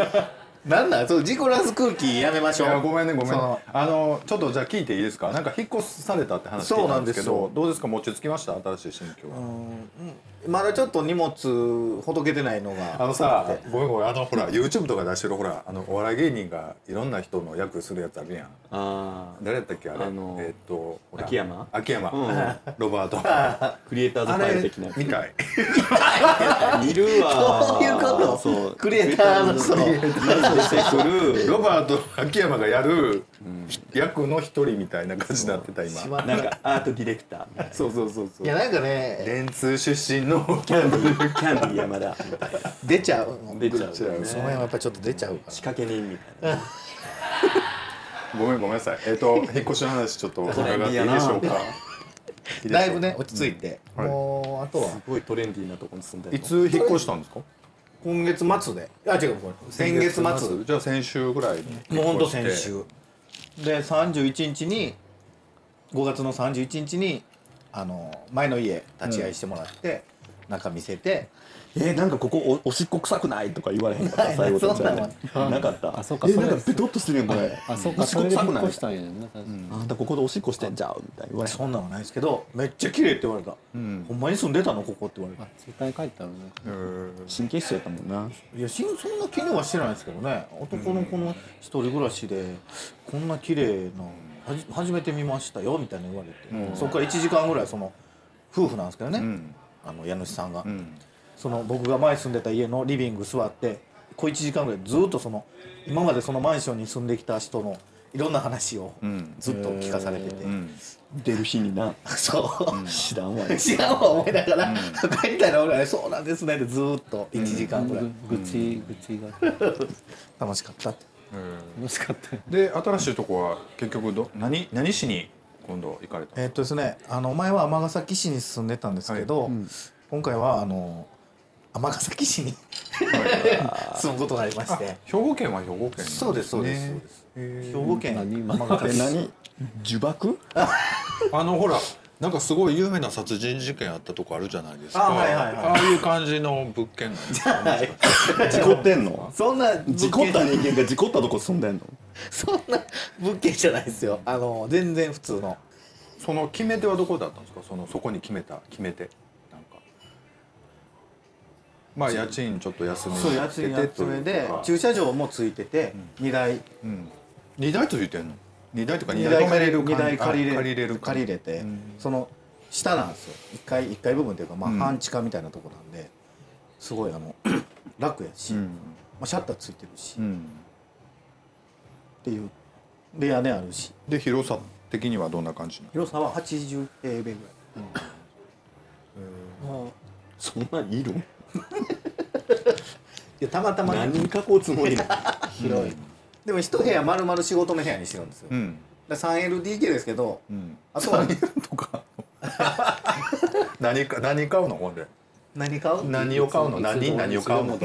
[SPEAKER 2] なんだそう事故らす空気やめまし
[SPEAKER 1] い
[SPEAKER 2] ょう
[SPEAKER 1] やごめんねごめん
[SPEAKER 2] そ
[SPEAKER 1] ね
[SPEAKER 2] の
[SPEAKER 1] あのちょっとじゃあ聞いていいですかなんか引っ越されたって話聞いたんですけ
[SPEAKER 2] そうなん
[SPEAKER 1] ど
[SPEAKER 2] です
[SPEAKER 1] ど
[SPEAKER 2] よ
[SPEAKER 1] うですかもう落ち着きました新しい新居は、
[SPEAKER 2] まだちょっと荷物ほどけてないのが
[SPEAKER 1] あのさごめんごめんあのほら YouTube とか出してるほらあのお笑い芸人がいろんな人の役するやつあるやん
[SPEAKER 3] ああ
[SPEAKER 1] 誰やったっけあれ、
[SPEAKER 3] あの
[SPEAKER 1] えーっとほら
[SPEAKER 3] 秋山
[SPEAKER 1] 秋山、
[SPEAKER 3] う
[SPEAKER 1] ロバー トあ
[SPEAKER 3] クリエイターズファイ
[SPEAKER 1] れ
[SPEAKER 3] ル的なやつ
[SPEAKER 1] みたい
[SPEAKER 3] いるわ
[SPEAKER 2] そういうこと
[SPEAKER 3] そう
[SPEAKER 2] クリエイターのそう
[SPEAKER 3] クリエイターの人出てくる
[SPEAKER 1] ロバート秋山がやる役の一人みたいな感じになってた今
[SPEAKER 2] しまった
[SPEAKER 3] なんかアートディレクターみたいな
[SPEAKER 1] そうそうそうそう
[SPEAKER 2] いやなんかね
[SPEAKER 1] 電通出身のの
[SPEAKER 3] キャンディーキャンディー山田みたいな
[SPEAKER 2] 出ちゃうの
[SPEAKER 3] 出ちゃう
[SPEAKER 1] 出ちゃう
[SPEAKER 2] その辺はやっぱちょっと出ちゃうから
[SPEAKER 3] 仕掛け人みたいな
[SPEAKER 1] ごめんごめんなさいえっ、と引っ越しの話ちょっと伺っていいでしょうかいい でしょうか
[SPEAKER 2] だいぶね落ち着いて、
[SPEAKER 1] うんはい
[SPEAKER 2] もうあとは
[SPEAKER 3] すごいトレンディーなとこに住んでる
[SPEAKER 1] いつ引っ越したんですか
[SPEAKER 2] 今月末であ違うこれ先月末
[SPEAKER 1] じゃあ先週ぐらいに
[SPEAKER 2] もうほんと先週で31日に5月の31日にあの前の家立ち会いしてもらって、中見せて
[SPEAKER 3] えー、なんかここおおしっこ臭くないとか言われへんかった最後とちゃうね
[SPEAKER 4] そんなん
[SPEAKER 3] な
[SPEAKER 4] は
[SPEAKER 3] かった
[SPEAKER 4] あそうか
[SPEAKER 3] え
[SPEAKER 4] それ
[SPEAKER 3] なんかベトッとしてるやんこれ
[SPEAKER 4] あそう
[SPEAKER 3] おし
[SPEAKER 4] か
[SPEAKER 3] っ
[SPEAKER 4] そ
[SPEAKER 3] こ
[SPEAKER 4] れで
[SPEAKER 3] 臭く
[SPEAKER 4] 引っ
[SPEAKER 3] ない
[SPEAKER 4] 越したんやねんな
[SPEAKER 3] あんたここでおしっこしてんじゃんみたいな言われへん
[SPEAKER 2] そんなんはないですけどめっちゃ綺麗って言われた、
[SPEAKER 1] ん
[SPEAKER 2] ほんまに住んでたのここって言われ
[SPEAKER 4] あ
[SPEAKER 2] た
[SPEAKER 4] 追加に帰ったのね
[SPEAKER 1] えー
[SPEAKER 3] 神経質やったもんない
[SPEAKER 2] やしんそんな気にはしてないですけどね男の子の一人暮らしでこんな綺麗なはじ初めて見ましたよみたいな言われて、そこから1時間ぐらいその夫婦なんですけどね、
[SPEAKER 1] うん
[SPEAKER 2] あの家主さんが、
[SPEAKER 1] うん
[SPEAKER 2] その僕が前住んでた家のリビング座って小1時間ぐらいずっとその今までそのマンションに住んできた人のいろんな話を
[SPEAKER 1] ん
[SPEAKER 2] ずっと聞かされてて、
[SPEAKER 1] うん
[SPEAKER 3] 出る日にな
[SPEAKER 2] そう、
[SPEAKER 3] 知らんわ
[SPEAKER 2] 知らんわ思いながら、帰ったら俺はそうなんですねってずっと1時 間ぐらい、
[SPEAKER 4] ぐ愚痴愚痴が
[SPEAKER 2] 楽しかったって
[SPEAKER 4] 楽しか ったよ
[SPEAKER 1] で新しいとこは結局ど何何しに今度行かれた
[SPEAKER 2] えーっとですねあの前は尼崎市に住んでたんですけど、今回はあの尼崎市に 住むことになりまして
[SPEAKER 1] 兵庫県は兵庫県
[SPEAKER 2] そうですそうです、そうです兵庫県尼
[SPEAKER 3] え
[SPEAKER 2] 崎市
[SPEAKER 3] 何呪縛
[SPEAKER 1] あのほらなんかすごい有名な殺人事件あったとこあるじゃないですか
[SPEAKER 2] あはいはいはい
[SPEAKER 1] ああいう感じの物件なん ですか
[SPEAKER 2] はい
[SPEAKER 3] 事故ってんの
[SPEAKER 2] そんな
[SPEAKER 3] 事
[SPEAKER 2] 事
[SPEAKER 3] 故
[SPEAKER 2] 故
[SPEAKER 3] った人間が事故ったとこ住んでんの
[SPEAKER 2] そんな物件じゃないですよあの全然普通の
[SPEAKER 1] その決め手はどこだったんですかそのそこに決めた決め手なんかまあ家賃ちょっと安めに
[SPEAKER 2] そう
[SPEAKER 1] や
[SPEAKER 2] 家
[SPEAKER 1] って
[SPEAKER 2] 賃
[SPEAKER 1] て
[SPEAKER 2] 安
[SPEAKER 1] とい
[SPEAKER 2] め
[SPEAKER 1] う
[SPEAKER 2] で
[SPEAKER 1] か
[SPEAKER 2] 駐車場もついてて2台
[SPEAKER 1] うん二台と言ってんの二台とか二
[SPEAKER 2] 2
[SPEAKER 1] 台
[SPEAKER 2] 台
[SPEAKER 1] 止めれる
[SPEAKER 2] 2台借りれ
[SPEAKER 1] あ
[SPEAKER 2] る
[SPEAKER 1] 借りれる
[SPEAKER 2] 借りれてその下なんですよ1階一階部分というかまあ半地下みたいなとこなんですごいあの 楽やし
[SPEAKER 1] う
[SPEAKER 2] ま
[SPEAKER 1] ん
[SPEAKER 2] あシャッターついてるし
[SPEAKER 1] う
[SPEAKER 2] っ
[SPEAKER 1] ん
[SPEAKER 2] ていうで屋根あるし
[SPEAKER 1] で広さ的にはどんな感じなの
[SPEAKER 2] 広さは80平米ぐらい
[SPEAKER 3] そんなんいる
[SPEAKER 2] いやたまたま
[SPEAKER 3] 何
[SPEAKER 2] ね
[SPEAKER 3] 人囲うつもりなん
[SPEAKER 2] 広いでも一部屋丸々仕事の部屋にしてるんですよ
[SPEAKER 1] うん
[SPEAKER 2] だから 3LDK ですけど
[SPEAKER 1] うん
[SPEAKER 2] あとは
[SPEAKER 1] とか何か何買うのほんで
[SPEAKER 2] 何買う
[SPEAKER 1] 何を買うの何人何を買うの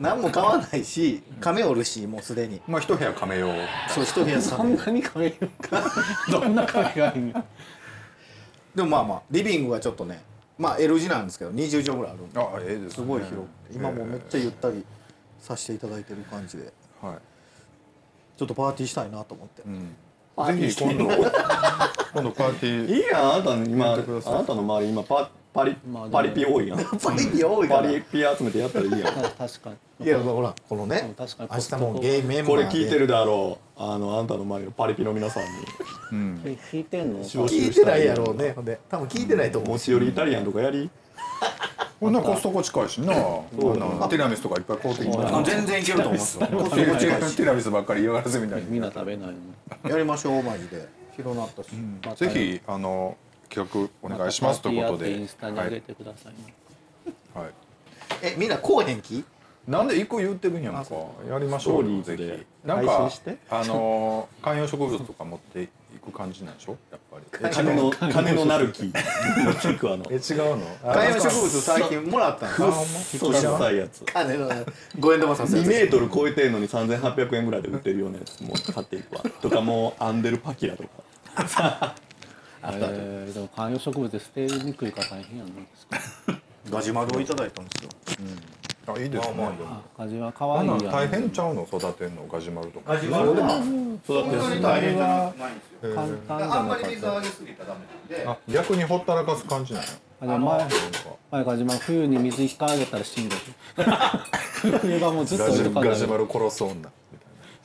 [SPEAKER 2] 何も買わないし亀おるしもうすでに
[SPEAKER 1] まあ一部屋亀用
[SPEAKER 2] そう一部屋さ
[SPEAKER 4] そんなに可愛いのかどんな可愛いがいいの
[SPEAKER 2] でもまあまあリビングはちょっとねまあ L 字なんですけど20畳ぐらいあるんで
[SPEAKER 1] あええです
[SPEAKER 2] すごい広くて今もうめっちゃゆったりさせていただいてる感じで
[SPEAKER 1] ゃはい
[SPEAKER 2] ちょっとパーティーしたいなと思って
[SPEAKER 1] ぜひ今度今度パーティー
[SPEAKER 3] いいやんあなたの今あなたの周り今パパリ
[SPEAKER 4] まあでも
[SPEAKER 3] パリピ多いやん
[SPEAKER 2] パリピ多いか
[SPEAKER 3] パ
[SPEAKER 2] ら
[SPEAKER 3] リ
[SPEAKER 2] い
[SPEAKER 3] ピ集めてやったらいいやん
[SPEAKER 4] 確かに
[SPEAKER 2] やほらこの
[SPEAKER 4] う
[SPEAKER 2] ね
[SPEAKER 4] ん確かに
[SPEAKER 2] 明日もゲイメンバ
[SPEAKER 3] こ
[SPEAKER 2] ー
[SPEAKER 3] れ
[SPEAKER 2] で
[SPEAKER 3] 聞いてるだろうあのあんたの周りのパリピの皆さんに
[SPEAKER 4] 聞いてんの
[SPEAKER 3] しよ
[SPEAKER 2] 聞いてないやろうねほんで多分聞いてないと思う
[SPEAKER 3] 持ち寄りイタリアンとかやり
[SPEAKER 1] こんなコストコ近いしなあのティラミスとかいっぱい買うてきた
[SPEAKER 2] あ全然いけると思うんですよ
[SPEAKER 1] コストコ近いしティラミスばっかり嫌がらせみたい
[SPEAKER 4] みん
[SPEAKER 1] に
[SPEAKER 4] な食べない の
[SPEAKER 2] やりましょうマジで広なったし
[SPEAKER 1] ぜひあの企画お願いしますということで
[SPEAKER 4] インスタに
[SPEAKER 1] は
[SPEAKER 4] 上げ
[SPEAKER 1] い
[SPEAKER 4] てくださいね
[SPEAKER 1] はい
[SPEAKER 2] えみんなこうへんき
[SPEAKER 1] なんで一個言ってるんやんかやりましょうよぜひなん
[SPEAKER 3] 配
[SPEAKER 1] か
[SPEAKER 3] 信して
[SPEAKER 1] あの観葉植物とか持っていく感じなんでしょやっぱり
[SPEAKER 3] 金の金のなる木結構あの
[SPEAKER 1] え違うの
[SPEAKER 2] 観葉植物最近もらったんですよ
[SPEAKER 3] そうしたいやつ
[SPEAKER 2] 金の5円玉させ
[SPEAKER 3] 2メ
[SPEAKER 2] る
[SPEAKER 3] ートル超えてんのに3800円ぐらいで売ってるようなやつもう買っていく わとかもうアンデルパキラとか
[SPEAKER 4] えーでも観葉植物で捨てにくいから大変やな
[SPEAKER 2] ガジュマルをいただいたんですよ
[SPEAKER 1] あいいですね
[SPEAKER 4] 味は可
[SPEAKER 1] あ
[SPEAKER 4] 愛
[SPEAKER 1] んな
[SPEAKER 4] いや
[SPEAKER 1] の
[SPEAKER 4] ん
[SPEAKER 1] 大変ちゃうの育てんのガジュマルとか
[SPEAKER 2] ガジュマルは
[SPEAKER 3] 育てやすい
[SPEAKER 2] 大変じゃないんですよ
[SPEAKER 4] 簡単じゃなかった
[SPEAKER 2] げすぎたらダメなんで
[SPEAKER 1] あ逆にほったらかす感じなの
[SPEAKER 4] あでも前前ガジュマル冬に水引っか上げたら 死んでる冬場もうずっと
[SPEAKER 1] ガジ
[SPEAKER 4] 置いと
[SPEAKER 1] ュ
[SPEAKER 4] かない
[SPEAKER 1] ガジュマル殺す女みたい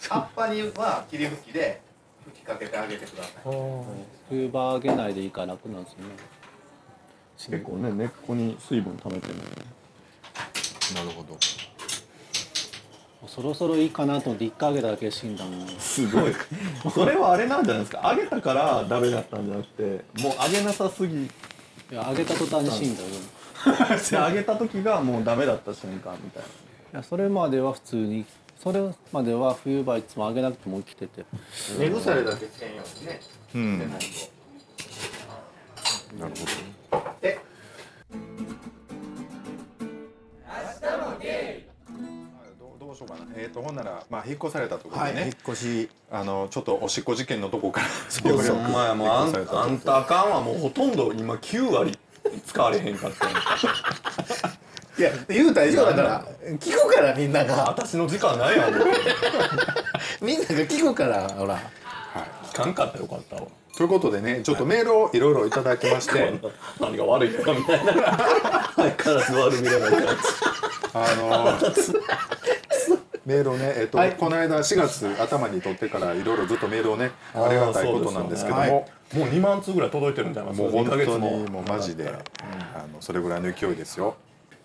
[SPEAKER 2] 葉っぱには霧吹きで吹きかけてあげてください
[SPEAKER 4] 冬場上げないでいいから楽なんですね
[SPEAKER 3] 結構ね根っこに水分溜めてる
[SPEAKER 1] ななるほど
[SPEAKER 4] もうそろそろいいかなと思って1回上げただけで死んだもん
[SPEAKER 3] すごい それはあれなんじゃないですか揚げたからダメだったんじゃなくてもう揚げなさすぎ
[SPEAKER 4] いや上げた途端に死んだよ
[SPEAKER 3] で上げた時がもうダメだった瞬間みたい
[SPEAKER 4] いやそれまでは普通にそれまでは冬場いつも上げなくても生きてて
[SPEAKER 2] 寝腐れだけせんようにね
[SPEAKER 1] うんなるほどどうどうしようかなえっ、とほんならまあ引っ越されたところ
[SPEAKER 2] は
[SPEAKER 1] で
[SPEAKER 2] い
[SPEAKER 1] ね、
[SPEAKER 2] 引っ越し
[SPEAKER 1] あのちょっとおしっこ事件のとこ から
[SPEAKER 3] な
[SPEAKER 1] ようやく
[SPEAKER 3] お前もうあ
[SPEAKER 1] 引っ越されたと
[SPEAKER 3] んあんたあかんはもうほとんど今9割使われへんかったよ
[SPEAKER 2] いや言うたら言うたら聞くからみんなが
[SPEAKER 3] 私の時間ないやんもう
[SPEAKER 2] みんなが聞くからほら
[SPEAKER 3] 聞かんかったらよかったわ
[SPEAKER 1] ということでねちょっとメールをいろいろいただきま して
[SPEAKER 3] 何が悪いのかみたいな 相変わらず悪見ればいいから
[SPEAKER 1] あのメールをね、えっとこの間4月頭に取ってからいろいろずっとメールをねありがたいことなんですけども、
[SPEAKER 2] はい
[SPEAKER 3] もう2万通ぐらい届いてるんじゃない
[SPEAKER 1] もう本当にもうマジで、
[SPEAKER 3] は
[SPEAKER 1] あのそれぐらいの勢いですよ。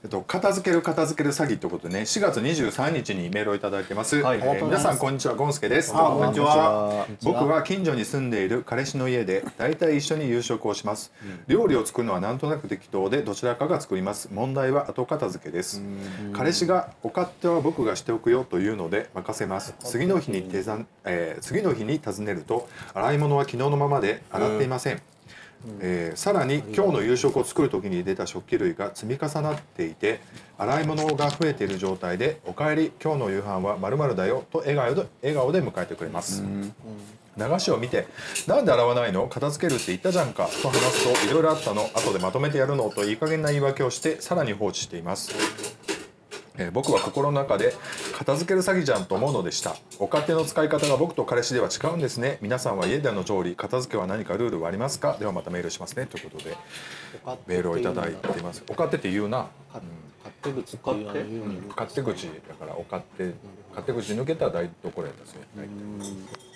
[SPEAKER 1] えっと、片付ける片付ける詐欺ってことでね4月23日にメールをいただいてます、
[SPEAKER 3] はい
[SPEAKER 1] えー皆さんこんにちはゴンスケです
[SPEAKER 2] あこんにちは
[SPEAKER 1] 僕は近所に住んでいる彼氏の家で大体一緒に夕食をします、料理を作るのはなんとなく適当でどちらかが作ります問題は後片付けです彼氏が「お勝手は僕がしておくよ」というので任せます次の日に手ざん、えー次の日に尋ねると洗い物は昨日のままで洗っていません、えーさらに今日の夕食を作る時に出た食器類が積み重なっていて洗い物が増えている状態で「おかえり今日の夕飯はまるだよ」と笑顔で笑顔で迎えてくれます。流しを見て「なんで洗わないの片付けるって言ったじゃんか」と話すと「いろいろあったの後でまとめてやるの」といい加減な言い訳をしてさらに放置しています。えー僕は心の中で片付ける詐欺じゃんと思うのでしたお勝手の使い方が僕と彼氏では違うんですね皆さんは家での調理片付けは何かルールはありますかではまたメールしますねということでメールをいただいていますお勝手って言うな
[SPEAKER 4] 勝手口っていうあの言うのよ
[SPEAKER 1] 勝手口だからお勝手勝手口抜けたら台所やったですね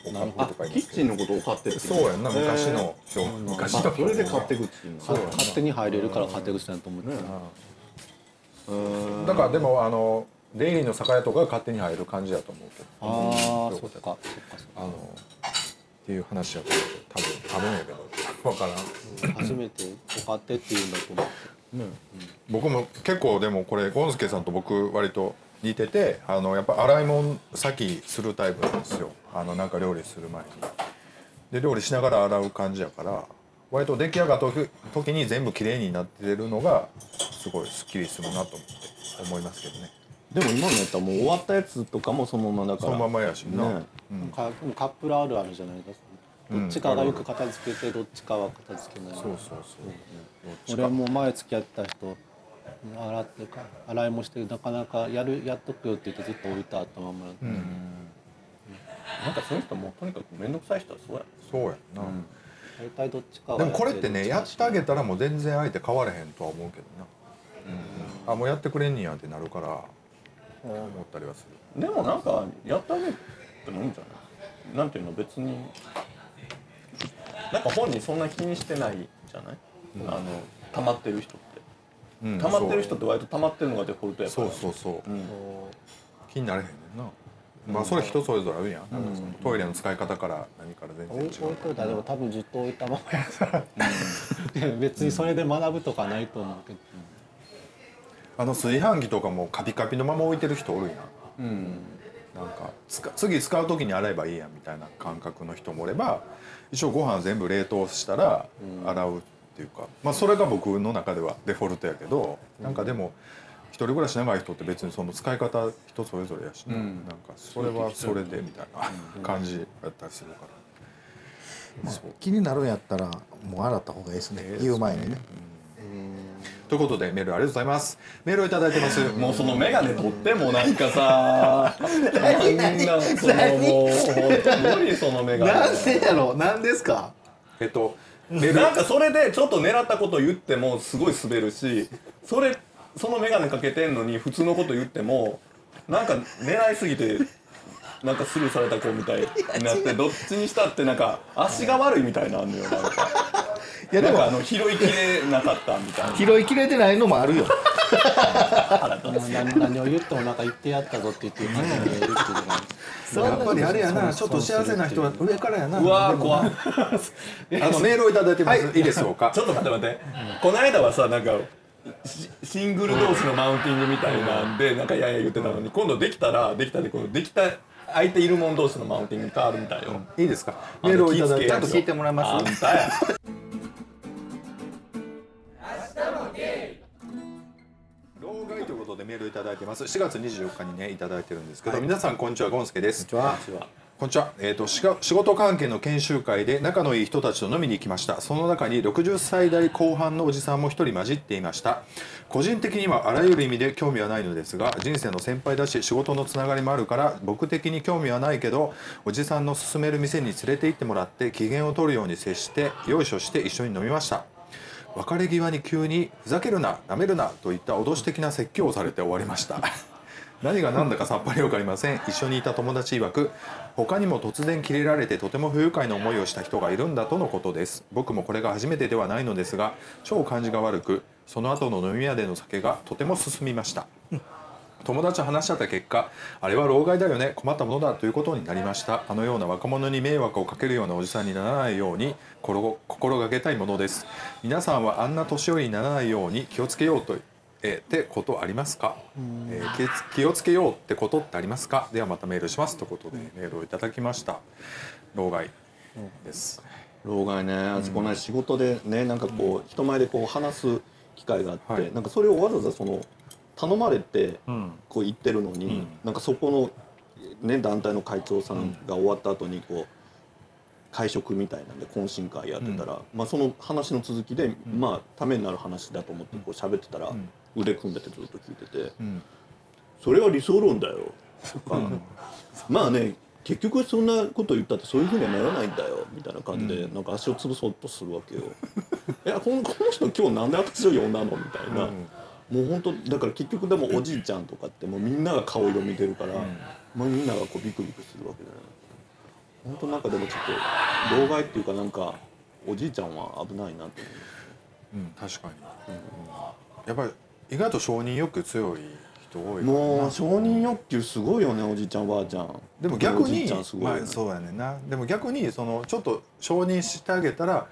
[SPEAKER 1] お勝手とか言い
[SPEAKER 6] キ
[SPEAKER 1] ます
[SPEAKER 6] ッチンのことを買ってって
[SPEAKER 1] そうやんな昔の表昔の
[SPEAKER 6] あそれで買ってくって言うんだ
[SPEAKER 4] か勝手に入れるから勝手口だと思ってた
[SPEAKER 1] だからでもあの出入りの酒屋とかが勝手に入る感じだと思うけど
[SPEAKER 4] ああ
[SPEAKER 1] うん
[SPEAKER 4] そっかそっか
[SPEAKER 1] あのっていう話やと思う多分多分やけど分からん
[SPEAKER 4] そっか初めてお勝手っていうんだと思って
[SPEAKER 1] 僕も結構でもこれゴンスケさんと僕割と似ててあのやっぱ洗い物先するタイプなんですよあのなんか料理する前にで料理しながら洗う感じやから割と出来上がった時時に全部綺麗になってるのがすごいスッキリするなと思って思いますけどね
[SPEAKER 6] でも今のやったらもう終わったやつとかもそのままだか
[SPEAKER 1] そ
[SPEAKER 6] ら
[SPEAKER 1] のままやしな、
[SPEAKER 6] ね
[SPEAKER 4] かカップルあるあるじゃないですかどっちかがよく片付けてどっちかは片付けない
[SPEAKER 1] そうそうそう
[SPEAKER 4] 俺も前付き合った人洗ってか洗いもしてなかなかやるやっとくよって言ってずっと置いてあったままなんで、
[SPEAKER 6] なんかそういう人もうとにかく面倒くさい人はそうや
[SPEAKER 1] そうやんな、
[SPEAKER 4] 大体どっちかは
[SPEAKER 1] でもこれってねやってあげ
[SPEAKER 4] た
[SPEAKER 1] たらもう全然相手変われへんとは思うけどな、あもうやってくれんねやってなるから思ったりはする
[SPEAKER 6] でもなんかやってあげてもいいんじゃないなんていうの別になんか本人そんな気にしてないじゃない、あの溜まってる人って
[SPEAKER 1] うん
[SPEAKER 6] 溜まってる人って割と溜まってるのがデフォルトやか
[SPEAKER 1] そ
[SPEAKER 6] ら
[SPEAKER 1] うそうそう、気になれへんねんな、まあそれ人それぞれあるやんなんかそのトイレの使い方から何から全然違
[SPEAKER 4] 置いと
[SPEAKER 1] う
[SPEAKER 4] いたらでも多分ずっと置いたままやから、で別にそれで学ぶとかないと思うけど、
[SPEAKER 1] あの炊飯器とかもカピカピのまま置いてる人おるやん、なんかつか次使う時に洗えばいいやんみたいな感覚の人もおれば一応ご飯全部冷凍したら洗うっていうか、まあそれが僕の中ではデフォルトやけど、なんかでも一人暮らし長い人って別にその使い方人それぞれやしな,、なんかそれはそれでみたいな感じやったりするから。
[SPEAKER 2] 気になるんやったらもう洗った方がいいですね言う前にね
[SPEAKER 1] ということでメールありがとうございますメールをいただいてます
[SPEAKER 3] もうその眼鏡取ってもなんかさみんなそのもう無理その眼鏡
[SPEAKER 2] なんでやろなんですか
[SPEAKER 1] えっと
[SPEAKER 3] なんかそれでちょっと狙ったこと言ってもすごい滑るしそれその眼鏡かけてんのに普通のこと言ってもなんか狙いすぎてなんかスルーされた子みたいになってどっちにしたってなんか足が悪いみたいなのあんのよなんか
[SPEAKER 2] いやで
[SPEAKER 3] なんかあ
[SPEAKER 2] も
[SPEAKER 3] の拾いきれなかったみたいな
[SPEAKER 2] 拾いきれてないのもあるよ
[SPEAKER 4] なな何を言ってもなんか言ってやったぞって言って感じで言うっていうのが
[SPEAKER 1] やっぱりあれやなちょっと幸せな人は上からやな
[SPEAKER 3] うわー怖っ
[SPEAKER 1] あのメールをいただいてます、い、いですよか
[SPEAKER 3] ちょっと待って待ってこの間はさなんか
[SPEAKER 7] シシングル同士のマウンティングみたいなんでなんかやや言ってたのに今度できたらできたでこのできた相手いるもん同士のマウンティング変わるみたいよ
[SPEAKER 1] いいですかメールをいただいて
[SPEAKER 7] あの気ぃつけや
[SPEAKER 2] もらい
[SPEAKER 7] あんたや
[SPEAKER 1] 老害ということでメールいただいてます4月24日にねいただいてるんですけど、皆さんこんにちはゴンスケですこんにちはこんにちは、えー、としが仕事関係の研修会で仲のいい人たちと飲みに行きましたその中に60歳代後半のおじさんも一人混じっていました個人的にはあらゆる意味で興味はないのですが人生の先輩だし仕事のつながりもあるから僕的に興味はないけどおじさんの勧める店に連れて行ってもらって機嫌を取るように接してよいしょして一緒に飲みました別れ際に急に「ふざけるななめるな」といった脅し的な説教をされて終わりました 何が何だかさっぱり分かりません一緒にいた友達曰く他にも突然キレられてとても不愉快な思いをした人がいるんだとのことです僕もこれが初めてではないのですが超感じが悪くその後の飲み屋での酒がとても進みました友達と話し合った結果あれは老害だよね困ったものだということになりましたあのような若者に迷惑をかけるようなおじさんにならないように心心がけたいものです皆さんはあんな年寄りにならないように気をつけようとえーってことありますか、えー気をつ気をつけようってことってありますかではまたメールしますということでメールをいただきました老害です、
[SPEAKER 3] 老害ねあそこね仕事でねなんかこう人前でこう話す機会があっ
[SPEAKER 1] は
[SPEAKER 3] て
[SPEAKER 1] い
[SPEAKER 3] なんかそれをわざわざその頼まれてこう言ってるのになんかそこのね団体の会長さんが終わった後にこう会食みたいなんで懇親会やってたらまあその話の続きでまあためになる話だと思ってこう喋ってたら腕組んでてずっと聞いてて
[SPEAKER 1] ん
[SPEAKER 3] それは理想論だよとかまあね結局そんなこと言ったってそういうふうにはならないんだよみたいな感じで、なんか足を潰そうとするわけよ いやこのこの人今日なんで私を呼んだのみたいな、もう本当だから結局でもおじいちゃんとかってもうみんなが顔色見てるから、もうみんながこうビクビクするわけじゃない本当なんかでもちょっと老害っていうかなんかおじいちゃんは危ないなって
[SPEAKER 1] うん、確かに、やっぱり意外と承認欲強い人多いからな
[SPEAKER 3] 思うもう承認欲求すごいよねおじいちゃんばあちゃん
[SPEAKER 1] でも逆
[SPEAKER 3] おじ
[SPEAKER 1] に
[SPEAKER 3] いちゃんすごいよ
[SPEAKER 1] ま
[SPEAKER 3] ね
[SPEAKER 1] あそうやねんなでも逆にそのちょっと承認してあげたら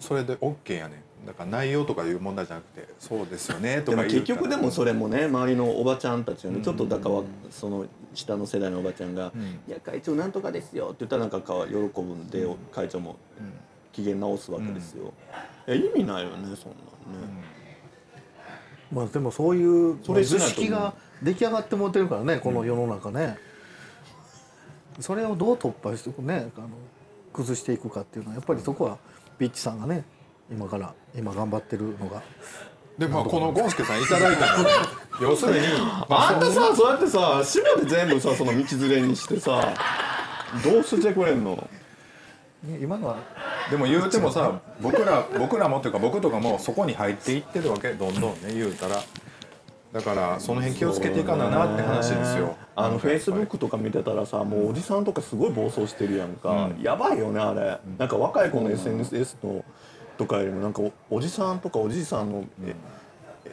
[SPEAKER 1] それで OK やねんだから内容とかいう問題じゃなくてそうですよねと
[SPEAKER 3] で
[SPEAKER 1] か
[SPEAKER 3] も
[SPEAKER 1] 言う
[SPEAKER 3] 結局でもそ
[SPEAKER 1] れ
[SPEAKER 3] れもね周りのおばちゃんたちがねちょっとだからわその下の世代のおばちゃんが「いや会長なんとかですよ」って言ったらなんかか喜ぶんで会長も機嫌直すわけですよ。いや意味ないよねそんなんね。
[SPEAKER 2] まあでもそういう
[SPEAKER 3] それし
[SPEAKER 2] 図
[SPEAKER 3] ないと
[SPEAKER 2] 式が出来上がってもってるからねこの世の中ね、それをどう突破していくねあの崩していくかっていうのはやっぱりそこはビッチさんがね今から今頑張ってるのが
[SPEAKER 1] でまあこのゴンスケさんいただいたの で要するにま
[SPEAKER 3] あんたさそうやってさ資料で全部さその道連れにしてさどうしてくれんの
[SPEAKER 2] ね今のは
[SPEAKER 1] あでも言うてもさ僕ら僕らもっていうか僕とかもそこに入っていってるわけどんどんね言うたらだからその辺気をつけていかななって話ですよ
[SPEAKER 3] あのフェイスブッ
[SPEAKER 1] ク
[SPEAKER 3] クとか見てたらさもうおじさんとかすごい暴走してるやんか、やばいよねあれ、なんか若い子の SNS のとかよりもなんかおおじさんとかおじいさんの、え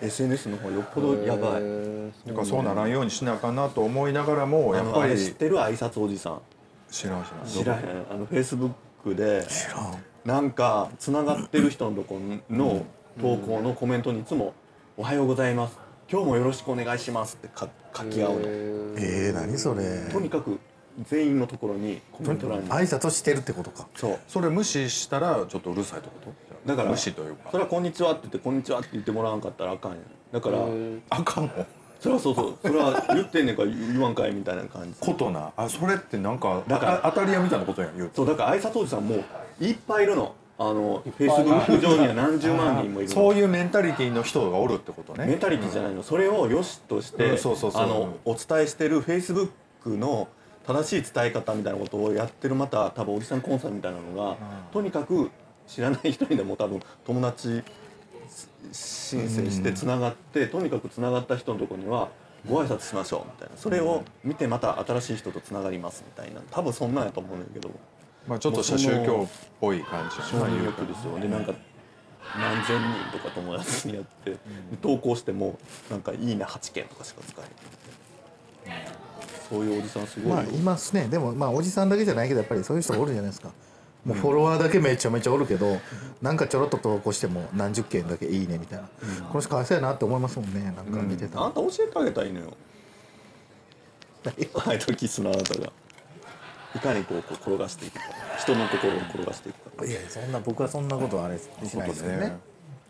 [SPEAKER 3] SNS の方がよっぽどやばい
[SPEAKER 1] だからそうならんようにしなあかんなと思いながらもや
[SPEAKER 3] や
[SPEAKER 1] っ
[SPEAKER 3] っ
[SPEAKER 1] ぱ
[SPEAKER 3] ぱ
[SPEAKER 1] り
[SPEAKER 3] り知ってる挨拶おじさん
[SPEAKER 1] 知らん知らん
[SPEAKER 3] 知らへんあのフェイスブックでなんかつながってる人のとこの投稿のコメントにいつも「おはようございます今日もよろしくお願いします」ってか書き合うの
[SPEAKER 2] えー、何それ
[SPEAKER 3] とにかく全員のところにコメント欄に
[SPEAKER 2] 挨拶してるってことか
[SPEAKER 3] そう
[SPEAKER 1] それ無視したらちょっとうるさいってこと
[SPEAKER 3] だから
[SPEAKER 1] 無視というか
[SPEAKER 3] それは「こんにちは」って言って「こんにちは」って言ってもらわんかったらあかんやんだから
[SPEAKER 1] あかんの
[SPEAKER 3] それはそうそうそれは言ってんねんから言わんかいみたいな感じ
[SPEAKER 1] ことなあそれってなんか
[SPEAKER 3] だから
[SPEAKER 1] あ当たり屋みたいなことやん言うと
[SPEAKER 3] そうだから挨拶おじさんもういっぱいいるのあのフェイスブック上には何十万人もいるの
[SPEAKER 1] そういうメンタリティの人がおるってこと
[SPEAKER 3] メ
[SPEAKER 1] ね
[SPEAKER 3] タリティじゃないの、それを良しとして、
[SPEAKER 1] うんそうそうそう
[SPEAKER 3] あのお伝えしてるフェイスブックの正しい伝え方みたいなことをやってるまた多分おじさんコンサルみたいなのが、とにかく知らない人にでも多分友達申請してつながって、とにかくつながった人のところにはご挨拶しましょうみたいなそれを見てまた新しい人とつながりますみたいな多分そんなんやと思うんだけど
[SPEAKER 1] まあちょっと社宗教っぽい感じ
[SPEAKER 3] 承認欲ですよでなんか何千人とか友達にやって、で投稿してもなんか「いいね8件」とかしか使えないそういうおじさんすごいよ、
[SPEAKER 2] まあいますねでもまあおじさんだけじゃないけどやっぱりそういう人がおるじゃないですかもうフォロワーだけめちゃめちゃおるけどなんかちょろっと投稿しても何十件だけいいねみたいな、この人かわいそうやなって思いますもんねなんか見てたら、
[SPEAKER 3] あんた教えてあげたらいいのよアイドルキスのあなたがいかにこうこう転がしていくか人の心を転がしていくか
[SPEAKER 2] いやそんな僕はそんなことはあれしないですけどね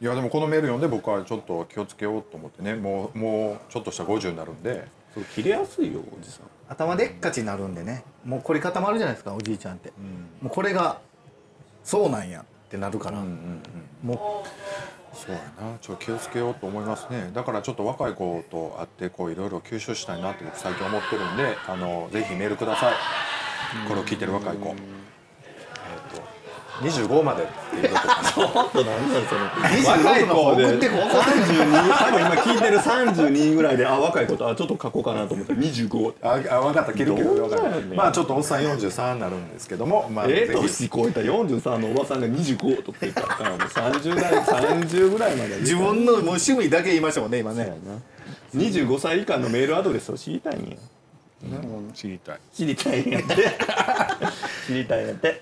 [SPEAKER 1] いやでもこのメール読んで僕はちょっと気をつけようと思ってねもうもうちょっとした50になるんで
[SPEAKER 3] そう切れやすいよおじさん
[SPEAKER 2] 頭でっかちになるんでねもう凝り固まるじゃないですかおじいちゃんって、もうこれがそうなんやってなるから、も
[SPEAKER 1] そうやなちょっと気をつけようと思いますねだからちょっと若い子と会ってこういろいろ吸収したいなって僕最近思ってるんであのぜひメールくださいこれを聞いてる若い子えっ、と25までっていうことか な
[SPEAKER 2] う26の方送ってこう
[SPEAKER 3] 多分今聞いてる32人ぐらいであ若いことあちょっと書こうかなと思ったら25
[SPEAKER 1] ああ分かった切るけど
[SPEAKER 3] どう
[SPEAKER 1] 分
[SPEAKER 3] な
[SPEAKER 1] か
[SPEAKER 3] んやねん
[SPEAKER 1] ったまあちょっとおっさん43になるんですけどもまあ
[SPEAKER 3] ええ
[SPEAKER 1] ぜひ
[SPEAKER 3] 年超えた43のおばさんが25とか言ったからもう30代30ぐらい まで
[SPEAKER 2] 自分のもう趣味だけ言いましたもんね今ね
[SPEAKER 3] 25歳以下のメールアドレスを知りたいんや
[SPEAKER 1] 知りたい
[SPEAKER 3] 知りたいんやって知りたいんやって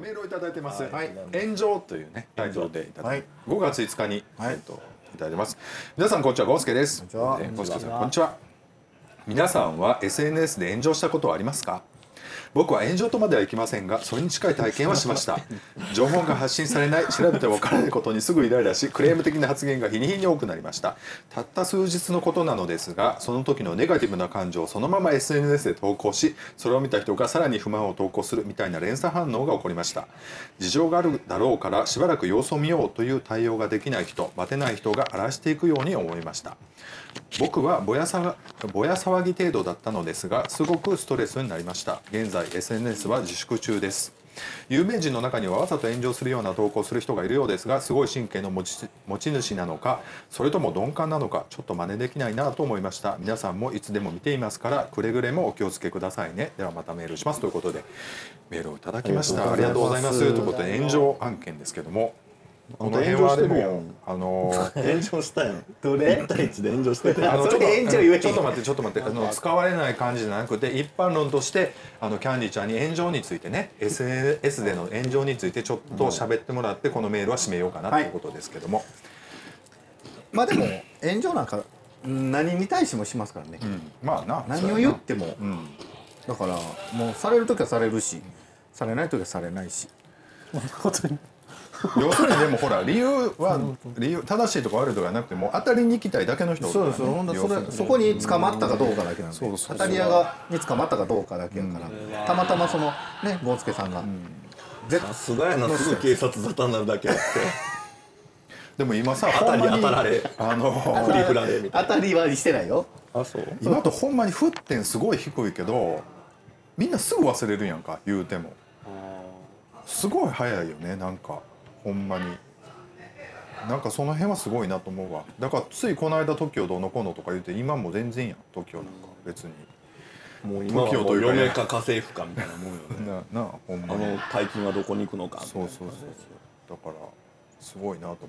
[SPEAKER 1] メールをいただいてます。はい、炎上というね、タイトルでいただいて、5月5日に、えっと、いただいてます。皆さん、こんにちは、ゴンスケです。え
[SPEAKER 2] は
[SPEAKER 1] ーゴンスケさん、こんにちは。皆さんは SNS で炎上したことはありますか僕は炎上とまではいきませんがそれに近い体験はしました情報が発信されない調べても分からないことにすぐイライラしクレーム的な発言が日に日に多くなりましたたった数日のことなのですがその時のネガティブな感情をそのまま SNS で投稿しそれを見た人がさらに不満を投稿するみたいな連鎖反応が起こりました事情があるだろうからしばらく様子を見ようという対応ができない人待てない人が荒らしていくように思いました 僕はぼやさがぼや騒ぎ程度だったのですがすごくストレスになりました現在 SNS は自粛中です有名人の中にはわざと炎上するような投稿をする人がいるようですがすごい神経の持ち持ち主なのかそれとも鈍感なのかちょっと真似できないなと思いました皆さんもいつでも見ていますからくれぐれもお気をつけくださいねではまたメールしますということでメールをいただきましたありがとうございますということで炎上案件ですけどもこの辺はで
[SPEAKER 3] 炎上してるや
[SPEAKER 1] も
[SPEAKER 3] ん
[SPEAKER 1] あの ー
[SPEAKER 3] 炎上したやんどれ1対1で炎上してて
[SPEAKER 1] あのちょっと
[SPEAKER 2] それ炎上言えへん
[SPEAKER 1] ちょっと待ってちょっと待ってあの使われない感じじゃなくて一般論としてあのキャンディちゃんに炎上についてね SNS での炎上についてちょっと喋ってもらってこのメールは締めようかなということですけども、
[SPEAKER 2] まあでも炎上なんかうん何に対してもしますからね、
[SPEAKER 1] うんまあな
[SPEAKER 2] 何を言っても、
[SPEAKER 1] うん
[SPEAKER 2] だからもうされる時はされるしされない時はされないし
[SPEAKER 1] 要するにでもほら理由は理由正しいとか悪いとかなくてもう当たりに行きたいだけの人
[SPEAKER 2] そうですほんで
[SPEAKER 1] 要
[SPEAKER 2] そ
[SPEAKER 1] する
[SPEAKER 2] れ
[SPEAKER 1] に
[SPEAKER 2] そこに捕まったかどうかだけなんで
[SPEAKER 1] そうそう
[SPEAKER 2] 当たり屋がに捕まったかどうかだけやから、たまたまそのねゴンスケさんが、絶
[SPEAKER 3] さすがやなすぐ警察沙汰になるだけあって
[SPEAKER 1] でも今さ
[SPEAKER 3] 当たり
[SPEAKER 1] ほんまに
[SPEAKER 3] 当たられ
[SPEAKER 1] あ
[SPEAKER 3] 振
[SPEAKER 1] の
[SPEAKER 3] り振られみたい
[SPEAKER 2] 当たりはしてないよ
[SPEAKER 3] なあそう
[SPEAKER 1] 今とほんまに沸点すごい低いけどみんなすぐ忘れるやんか言うてもすごい早いよねなんかほんまになんかその辺はすごいなと思うわだからついこの間 TOKIO どうのこうのとか言うて今も全然やん TOKIO なんか別に
[SPEAKER 3] もう今はもう嫁か家政婦かみたいなもんよね
[SPEAKER 1] ななあほん
[SPEAKER 3] あ
[SPEAKER 1] まに
[SPEAKER 3] の大金はどこに行くのかみたい
[SPEAKER 1] そ
[SPEAKER 3] な
[SPEAKER 1] うそうそうそうだからすごいなと思って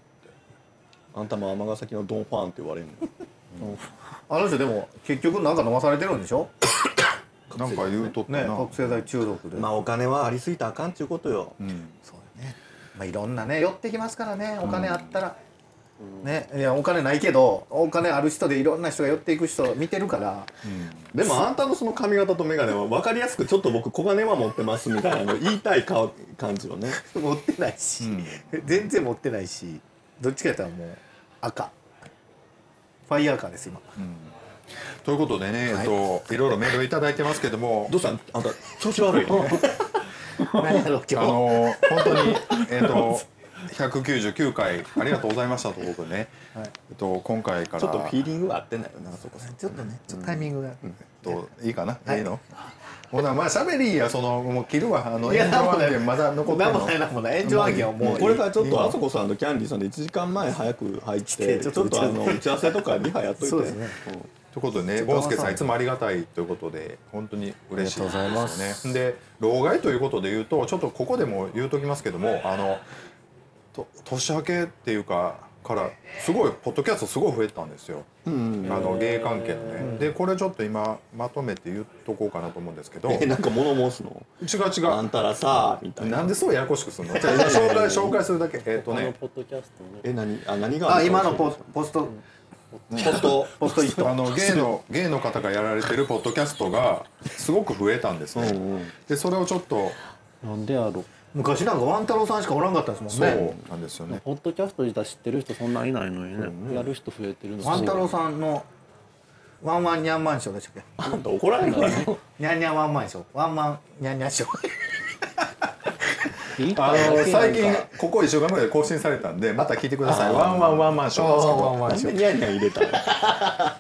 [SPEAKER 3] あんたも尼崎のドンファンって言われるの
[SPEAKER 2] あの人でも結局なんか飲まされてるんでしょ
[SPEAKER 1] なんか言うとってな、
[SPEAKER 2] ね覚醒剤中毒で、
[SPEAKER 3] まあお金はありすぎたらあかんちゅうことよ
[SPEAKER 1] うん
[SPEAKER 2] そうだねまあいろんなね寄ってきますからねお金あったら、ねいやお金ないけどお金ある人でいろんな人が寄っていく人見てるから、
[SPEAKER 3] でもあんたのその髪型と眼鏡は分かりやすくちょっと僕小金は持ってますみたいなの言いたい顔感じをね
[SPEAKER 2] 持ってないし、全然持ってないしどっちかやったらもう赤ファイヤーカーです今
[SPEAKER 1] ということでね、えっと、いろいろメールいただいてますけども
[SPEAKER 3] どうしたんあんた調子悪いよね
[SPEAKER 2] 何やろう今
[SPEAKER 1] あ
[SPEAKER 2] 日
[SPEAKER 1] のー本当に、えっと、199回ありがとうございましたということでね、えっと、今回から
[SPEAKER 3] ちょっとフィーリングは合ってないよなそこさ
[SPEAKER 2] ちょっとねちょっとタイミングが、
[SPEAKER 1] どういいかな、い、いのほなまあしゃべりやそのもう切るわあの
[SPEAKER 2] いや
[SPEAKER 1] 炎上案
[SPEAKER 2] なんも
[SPEAKER 1] 件
[SPEAKER 2] ね
[SPEAKER 1] まだ残って
[SPEAKER 2] なんんも
[SPEAKER 1] の
[SPEAKER 2] ないなんもない炎上案件はもう
[SPEAKER 3] これからちょっ
[SPEAKER 1] いい
[SPEAKER 3] とあそこさんとキャンディーさんで1時間前早く入っ
[SPEAKER 2] して
[SPEAKER 3] て
[SPEAKER 2] ち
[SPEAKER 3] ち
[SPEAKER 2] ょ
[SPEAKER 3] ょ
[SPEAKER 2] っと
[SPEAKER 3] っとあの打ち合わせとかリハやっといて
[SPEAKER 2] そうですね
[SPEAKER 1] ということでね
[SPEAKER 2] と
[SPEAKER 1] ゴンスケさんいつもありがたいということで本当に嬉しいです
[SPEAKER 2] あ
[SPEAKER 1] よ
[SPEAKER 2] りがとうござい
[SPEAKER 1] ねで老害ということで言うとちょっとここでも言うときますけどもあのと年明けっていうかからすごいポッドキャストすごい増えたんですよ、あの芸関係のねでこれちょっと今まとめて言っとこうかなと思うんですけど違う
[SPEAKER 3] えなんか物申すの
[SPEAKER 1] 違
[SPEAKER 3] あん
[SPEAKER 1] う
[SPEAKER 3] たらさみたいな
[SPEAKER 1] なんでそうややこしくするのじゃあ今紹介紹介するだけえっと
[SPEAKER 4] 他の
[SPEAKER 1] ね
[SPEAKER 4] ポッドキャストね
[SPEAKER 3] え何あ何が
[SPEAKER 2] あ今のポポスト
[SPEAKER 3] ポスト
[SPEAKER 2] ポストイット
[SPEAKER 1] あの芸の芸の方がやられてるポッドキャストがすごく増えたんですね。でそれをちょっと
[SPEAKER 4] なんでやろ
[SPEAKER 2] 昔なんかワン太郎さんしかおらんかったです
[SPEAKER 1] そ
[SPEAKER 2] もん
[SPEAKER 1] う
[SPEAKER 2] ね
[SPEAKER 1] なんですよね。
[SPEAKER 4] ポッドキャスト自体知ってる人そんないないのにね、やる人増えてるの
[SPEAKER 2] ワン太郎さんのワンワンニャンマンショーでしたっけ
[SPEAKER 3] あんた怒られるわね
[SPEAKER 2] ニャンニャンワンマンショーワンマンニャンニャンショー
[SPEAKER 4] ん
[SPEAKER 1] あの最近ここ1週間ぐらいで更新されたんでまた聞いてください。ワンワンワンマンションですけど。
[SPEAKER 2] ンマ
[SPEAKER 3] なんでニャンニャン入れたの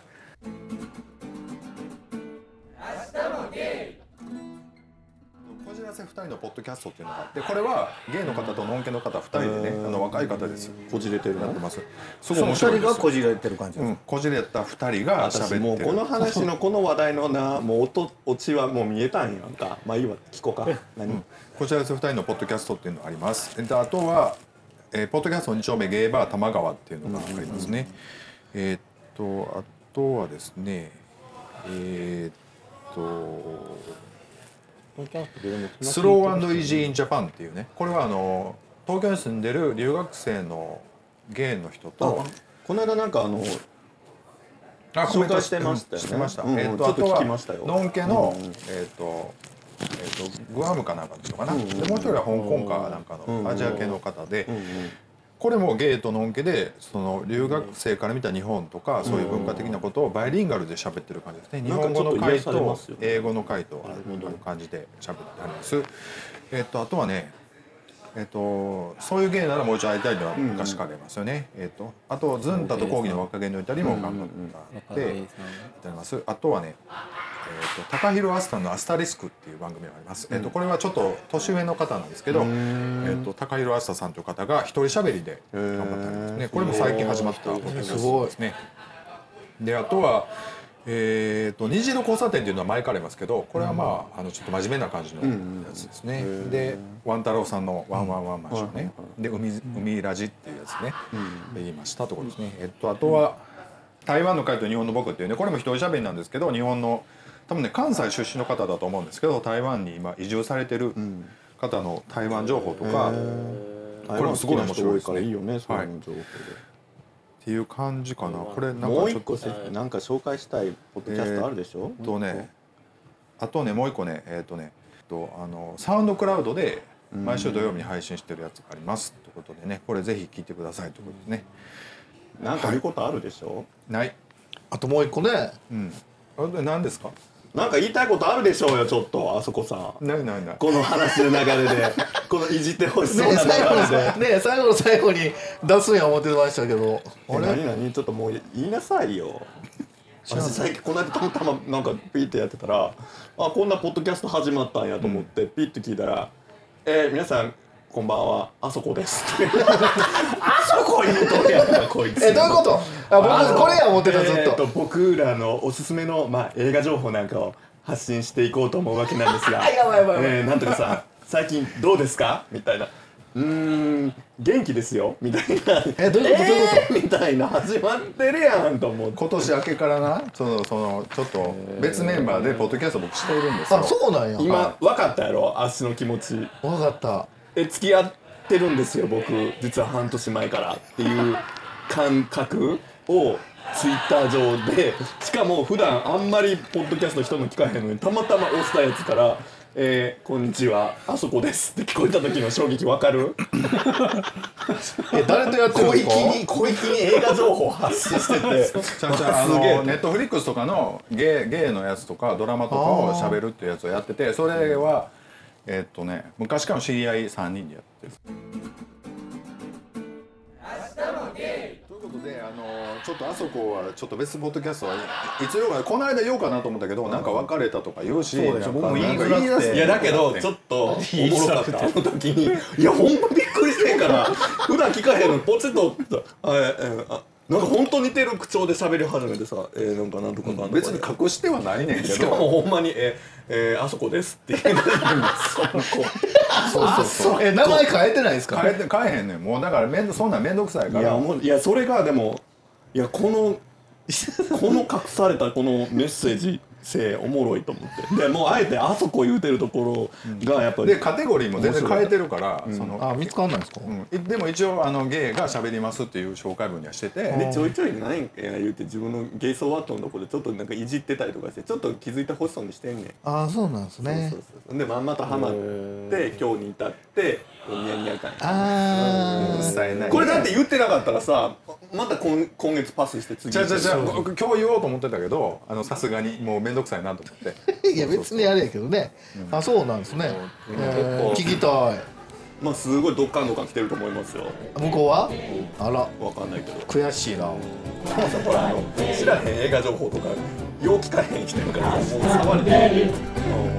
[SPEAKER 1] こじらせ2人のポッドキャストっていうのがあってこれは芸の方とノンケの方2人でねあの若い方ですよ。
[SPEAKER 3] こじれてる
[SPEAKER 1] な
[SPEAKER 3] な
[SPEAKER 1] ってます。すごい
[SPEAKER 2] その
[SPEAKER 1] 面
[SPEAKER 2] 二
[SPEAKER 1] 白い
[SPEAKER 2] 人
[SPEAKER 1] で
[SPEAKER 2] が
[SPEAKER 1] す。
[SPEAKER 2] こじられてる感じ
[SPEAKER 1] う
[SPEAKER 2] なん
[SPEAKER 1] ん、
[SPEAKER 2] で
[SPEAKER 1] こじれた2人が
[SPEAKER 3] 私も
[SPEAKER 1] 喋っ
[SPEAKER 3] う
[SPEAKER 1] て
[SPEAKER 3] こ
[SPEAKER 1] る
[SPEAKER 3] の話のこの話題のなもう音落ちはもう見えたんやんかまあいいわ聞こうか何
[SPEAKER 1] こちらです2人のポッドキャストっていうのがありますであとは、えーポッドキャスト2丁目ゲーバー玉川っていうのがありますね、えーっとあとはですねえーっと
[SPEAKER 4] ポッドキャストででも
[SPEAKER 1] スローイージー・イン・ジャパンっていうねこれはあの東京に住んでる留学生の芸の人と
[SPEAKER 3] この間なんかあの
[SPEAKER 1] あコメント
[SPEAKER 3] 紹介してましたよね
[SPEAKER 1] うんしてました。
[SPEAKER 3] うんうん
[SPEAKER 1] えっ
[SPEAKER 3] ち
[SPEAKER 1] と
[SPEAKER 3] ょ
[SPEAKER 1] あ
[SPEAKER 3] っと
[SPEAKER 1] とは
[SPEAKER 3] 聞きましたよ
[SPEAKER 1] ノンケのえっとえっとグアムかなんかの人かな。でもう一人は香港かなんかのアジア系の方で。これもゲイとノンケでその留学生から見た日本とかそういう文化的なことをバイリンガルで喋ってる感じですね日
[SPEAKER 3] なんか
[SPEAKER 1] 本
[SPEAKER 3] ち
[SPEAKER 1] 語
[SPEAKER 3] ょっ
[SPEAKER 1] の
[SPEAKER 3] と癒
[SPEAKER 1] 回
[SPEAKER 3] されま
[SPEAKER 1] と
[SPEAKER 3] すよね
[SPEAKER 1] 英語の回とあの感じで喋ってありますえっとあとはねえっと、そういう芸ならもう一度会いたいのは昔からありますよね、えっと、あとズンタと講義の若気の至りも頑張った
[SPEAKER 4] 若
[SPEAKER 1] で、
[SPEAKER 4] 手さん
[SPEAKER 1] ってあります。あとはね、えー、と高弘アスタの「アスタリスク」っていう番組があります、えー、とこれはちょっと年上の方なんですけど、えー、と高弘アスタさんという方が一人しゃべりで頑張ってありますねこれも最近始まったポッドキャストですね。であとはえー、と虹の交差点っていうのは前からありますけどこれはまあ,、あのちょっと真面目な感じのやつですね、でワン太郎さんの「ワンワンワンマンションね」で海「海ラジ」っていうやつね、で言いましたところですね、えっとあとは、台湾の会と日本の僕っていうねこれも一人喋りなんですけど日本の多分ね関西出身の方だと思うんですけど台湾に今移住されてる方の台湾情報とか、これもすごい面白いです
[SPEAKER 3] 台湾好きな人多からいい
[SPEAKER 1] ね。
[SPEAKER 3] よねそういう情報
[SPEAKER 1] っていう感じかなこれなん
[SPEAKER 3] で
[SPEAKER 1] か
[SPEAKER 3] もう
[SPEAKER 1] ちょ
[SPEAKER 3] 一
[SPEAKER 1] っと
[SPEAKER 3] 個せなんか紹介したいポッドキャストあるでしょ
[SPEAKER 1] えっとねあとねもう一個ねえっ、とねえっとあのサウンドクラウドで毎週土曜日に配信してるやつがありますということでねこれぜひ聞いてくださいということですね。
[SPEAKER 3] なんか言うことあるでしょ
[SPEAKER 1] ない。
[SPEAKER 2] あともう一個ね
[SPEAKER 1] うん。あれ何ですか？
[SPEAKER 3] なんか言いたいことあるでしょうよちょっとあそこさん
[SPEAKER 1] ないないない。
[SPEAKER 3] この話の流 れでこのいじってほしそう
[SPEAKER 2] ね
[SPEAKER 3] な流
[SPEAKER 2] 最後
[SPEAKER 3] れ
[SPEAKER 2] の
[SPEAKER 3] で
[SPEAKER 2] ね最後の最後に出すんや思ってましたけどあ
[SPEAKER 3] え
[SPEAKER 2] れ
[SPEAKER 3] 何何ちょっともう言いなさい よ私最近この間たまたまなんかピーってやってたらあこんなポッドキャスト始まったんやと思ってピーって聞いたら「えー、皆さんこんばんはあそこです」って あそこ言うとるやんかこいつ
[SPEAKER 2] えどういうことあ僕これや思ってたずっ
[SPEAKER 3] えー
[SPEAKER 2] と
[SPEAKER 3] 僕らのおすすめの、まあ、映画情報なんかを発信していこうと思うわけなん ですが
[SPEAKER 2] やばいやばいやばい
[SPEAKER 3] えーなんとかさん最近どうですかみたいなうーん元気ですよみたいな
[SPEAKER 2] えどういうことどういうこと
[SPEAKER 3] えーみたいな始まってるやんと思って
[SPEAKER 1] 今年明けからなそのそのちょっと別メンバーでポッドキャスト僕しているんですよ
[SPEAKER 2] あそうなんや
[SPEAKER 3] 今分かったやろあっしの気持ち
[SPEAKER 2] 分かった
[SPEAKER 3] え付き合ってるんですよ僕実は半年前からっていう感覚をツイッター上でしかも普段あんまりポッドキャスト人の聞かへんのにたまたま押したやつから「えー、こんにちはあそこです」って聞こえた時の衝撃わかる
[SPEAKER 2] え誰とやってるん
[SPEAKER 3] 小
[SPEAKER 2] です
[SPEAKER 3] 域
[SPEAKER 2] か
[SPEAKER 3] に小域に映画情報発信してて
[SPEAKER 1] ちゃうちゃうあ
[SPEAKER 3] すげえ
[SPEAKER 1] のネットフリックスとかのゲーゲーのやつとかドラマとかを喋るっていうやつをやっててそれはえっとね昔からの知り合い3人でやってる。ということであのちょっとあそこはちょっと別ポッドキャストはいいつ言おうかなこの間言おうかなと思ったけどなんか別れたとか言うし僕も言いづらくて
[SPEAKER 3] いやだけどちょっとおもろかったあの時 にいやほんまびっくりしてんから普段聞かへんのポチッと「あええあなんか本当似てる口調で喋り始めてさ、えー、なんかなんとかかんとかで
[SPEAKER 1] 別に隠してはないねんけ
[SPEAKER 3] しかも
[SPEAKER 1] ど
[SPEAKER 3] ほんまに、えーえーあそこですって言うのにその子
[SPEAKER 1] そうそうそう
[SPEAKER 2] え名前変えてないですか
[SPEAKER 1] 変えて変えへんねんもうだからめんどそんなん面倒くさいか
[SPEAKER 3] いや
[SPEAKER 1] ら
[SPEAKER 3] もういやそれがでもいやこの
[SPEAKER 6] この隠されたこのメッセージ性おもろいと思ってでもうあえてあそこ言うてるところがやっぱり、
[SPEAKER 1] でカテゴリーも全然変えてるから、その
[SPEAKER 2] あ見つかんないですか、
[SPEAKER 1] うん、でも一応あのゲイが喋りますっていう紹介文にはしてて、
[SPEAKER 3] でちょいちょいなんや言うて自分のゲイソーワットのとこでちょっとなんかいじってたりとかしてちょっと気づいてほしそうにしてんねん
[SPEAKER 2] ああそうなんですね
[SPEAKER 3] そうそうそうでまんまとハマって今日に至ってこうニヤニヤ感
[SPEAKER 2] ああ
[SPEAKER 1] 伝えない
[SPEAKER 3] これだって言ってなかったらさまた今今月パスして次
[SPEAKER 1] じゃじゃじゃ今日言おうと思ってたけどあのさすがにもう面倒くさいなと思って
[SPEAKER 2] いや別にあれやけどね、あそうなんですね、えー
[SPEAKER 3] 構
[SPEAKER 2] 聞きたい
[SPEAKER 3] まあすごいドッカンドッカン来てると思いますよ
[SPEAKER 2] 向こうはあら
[SPEAKER 3] わかんないけど
[SPEAKER 2] 悔しいな
[SPEAKER 3] そもそもほらあの知らへん映画情報とかよう聞かへん人やからもう触れてるうん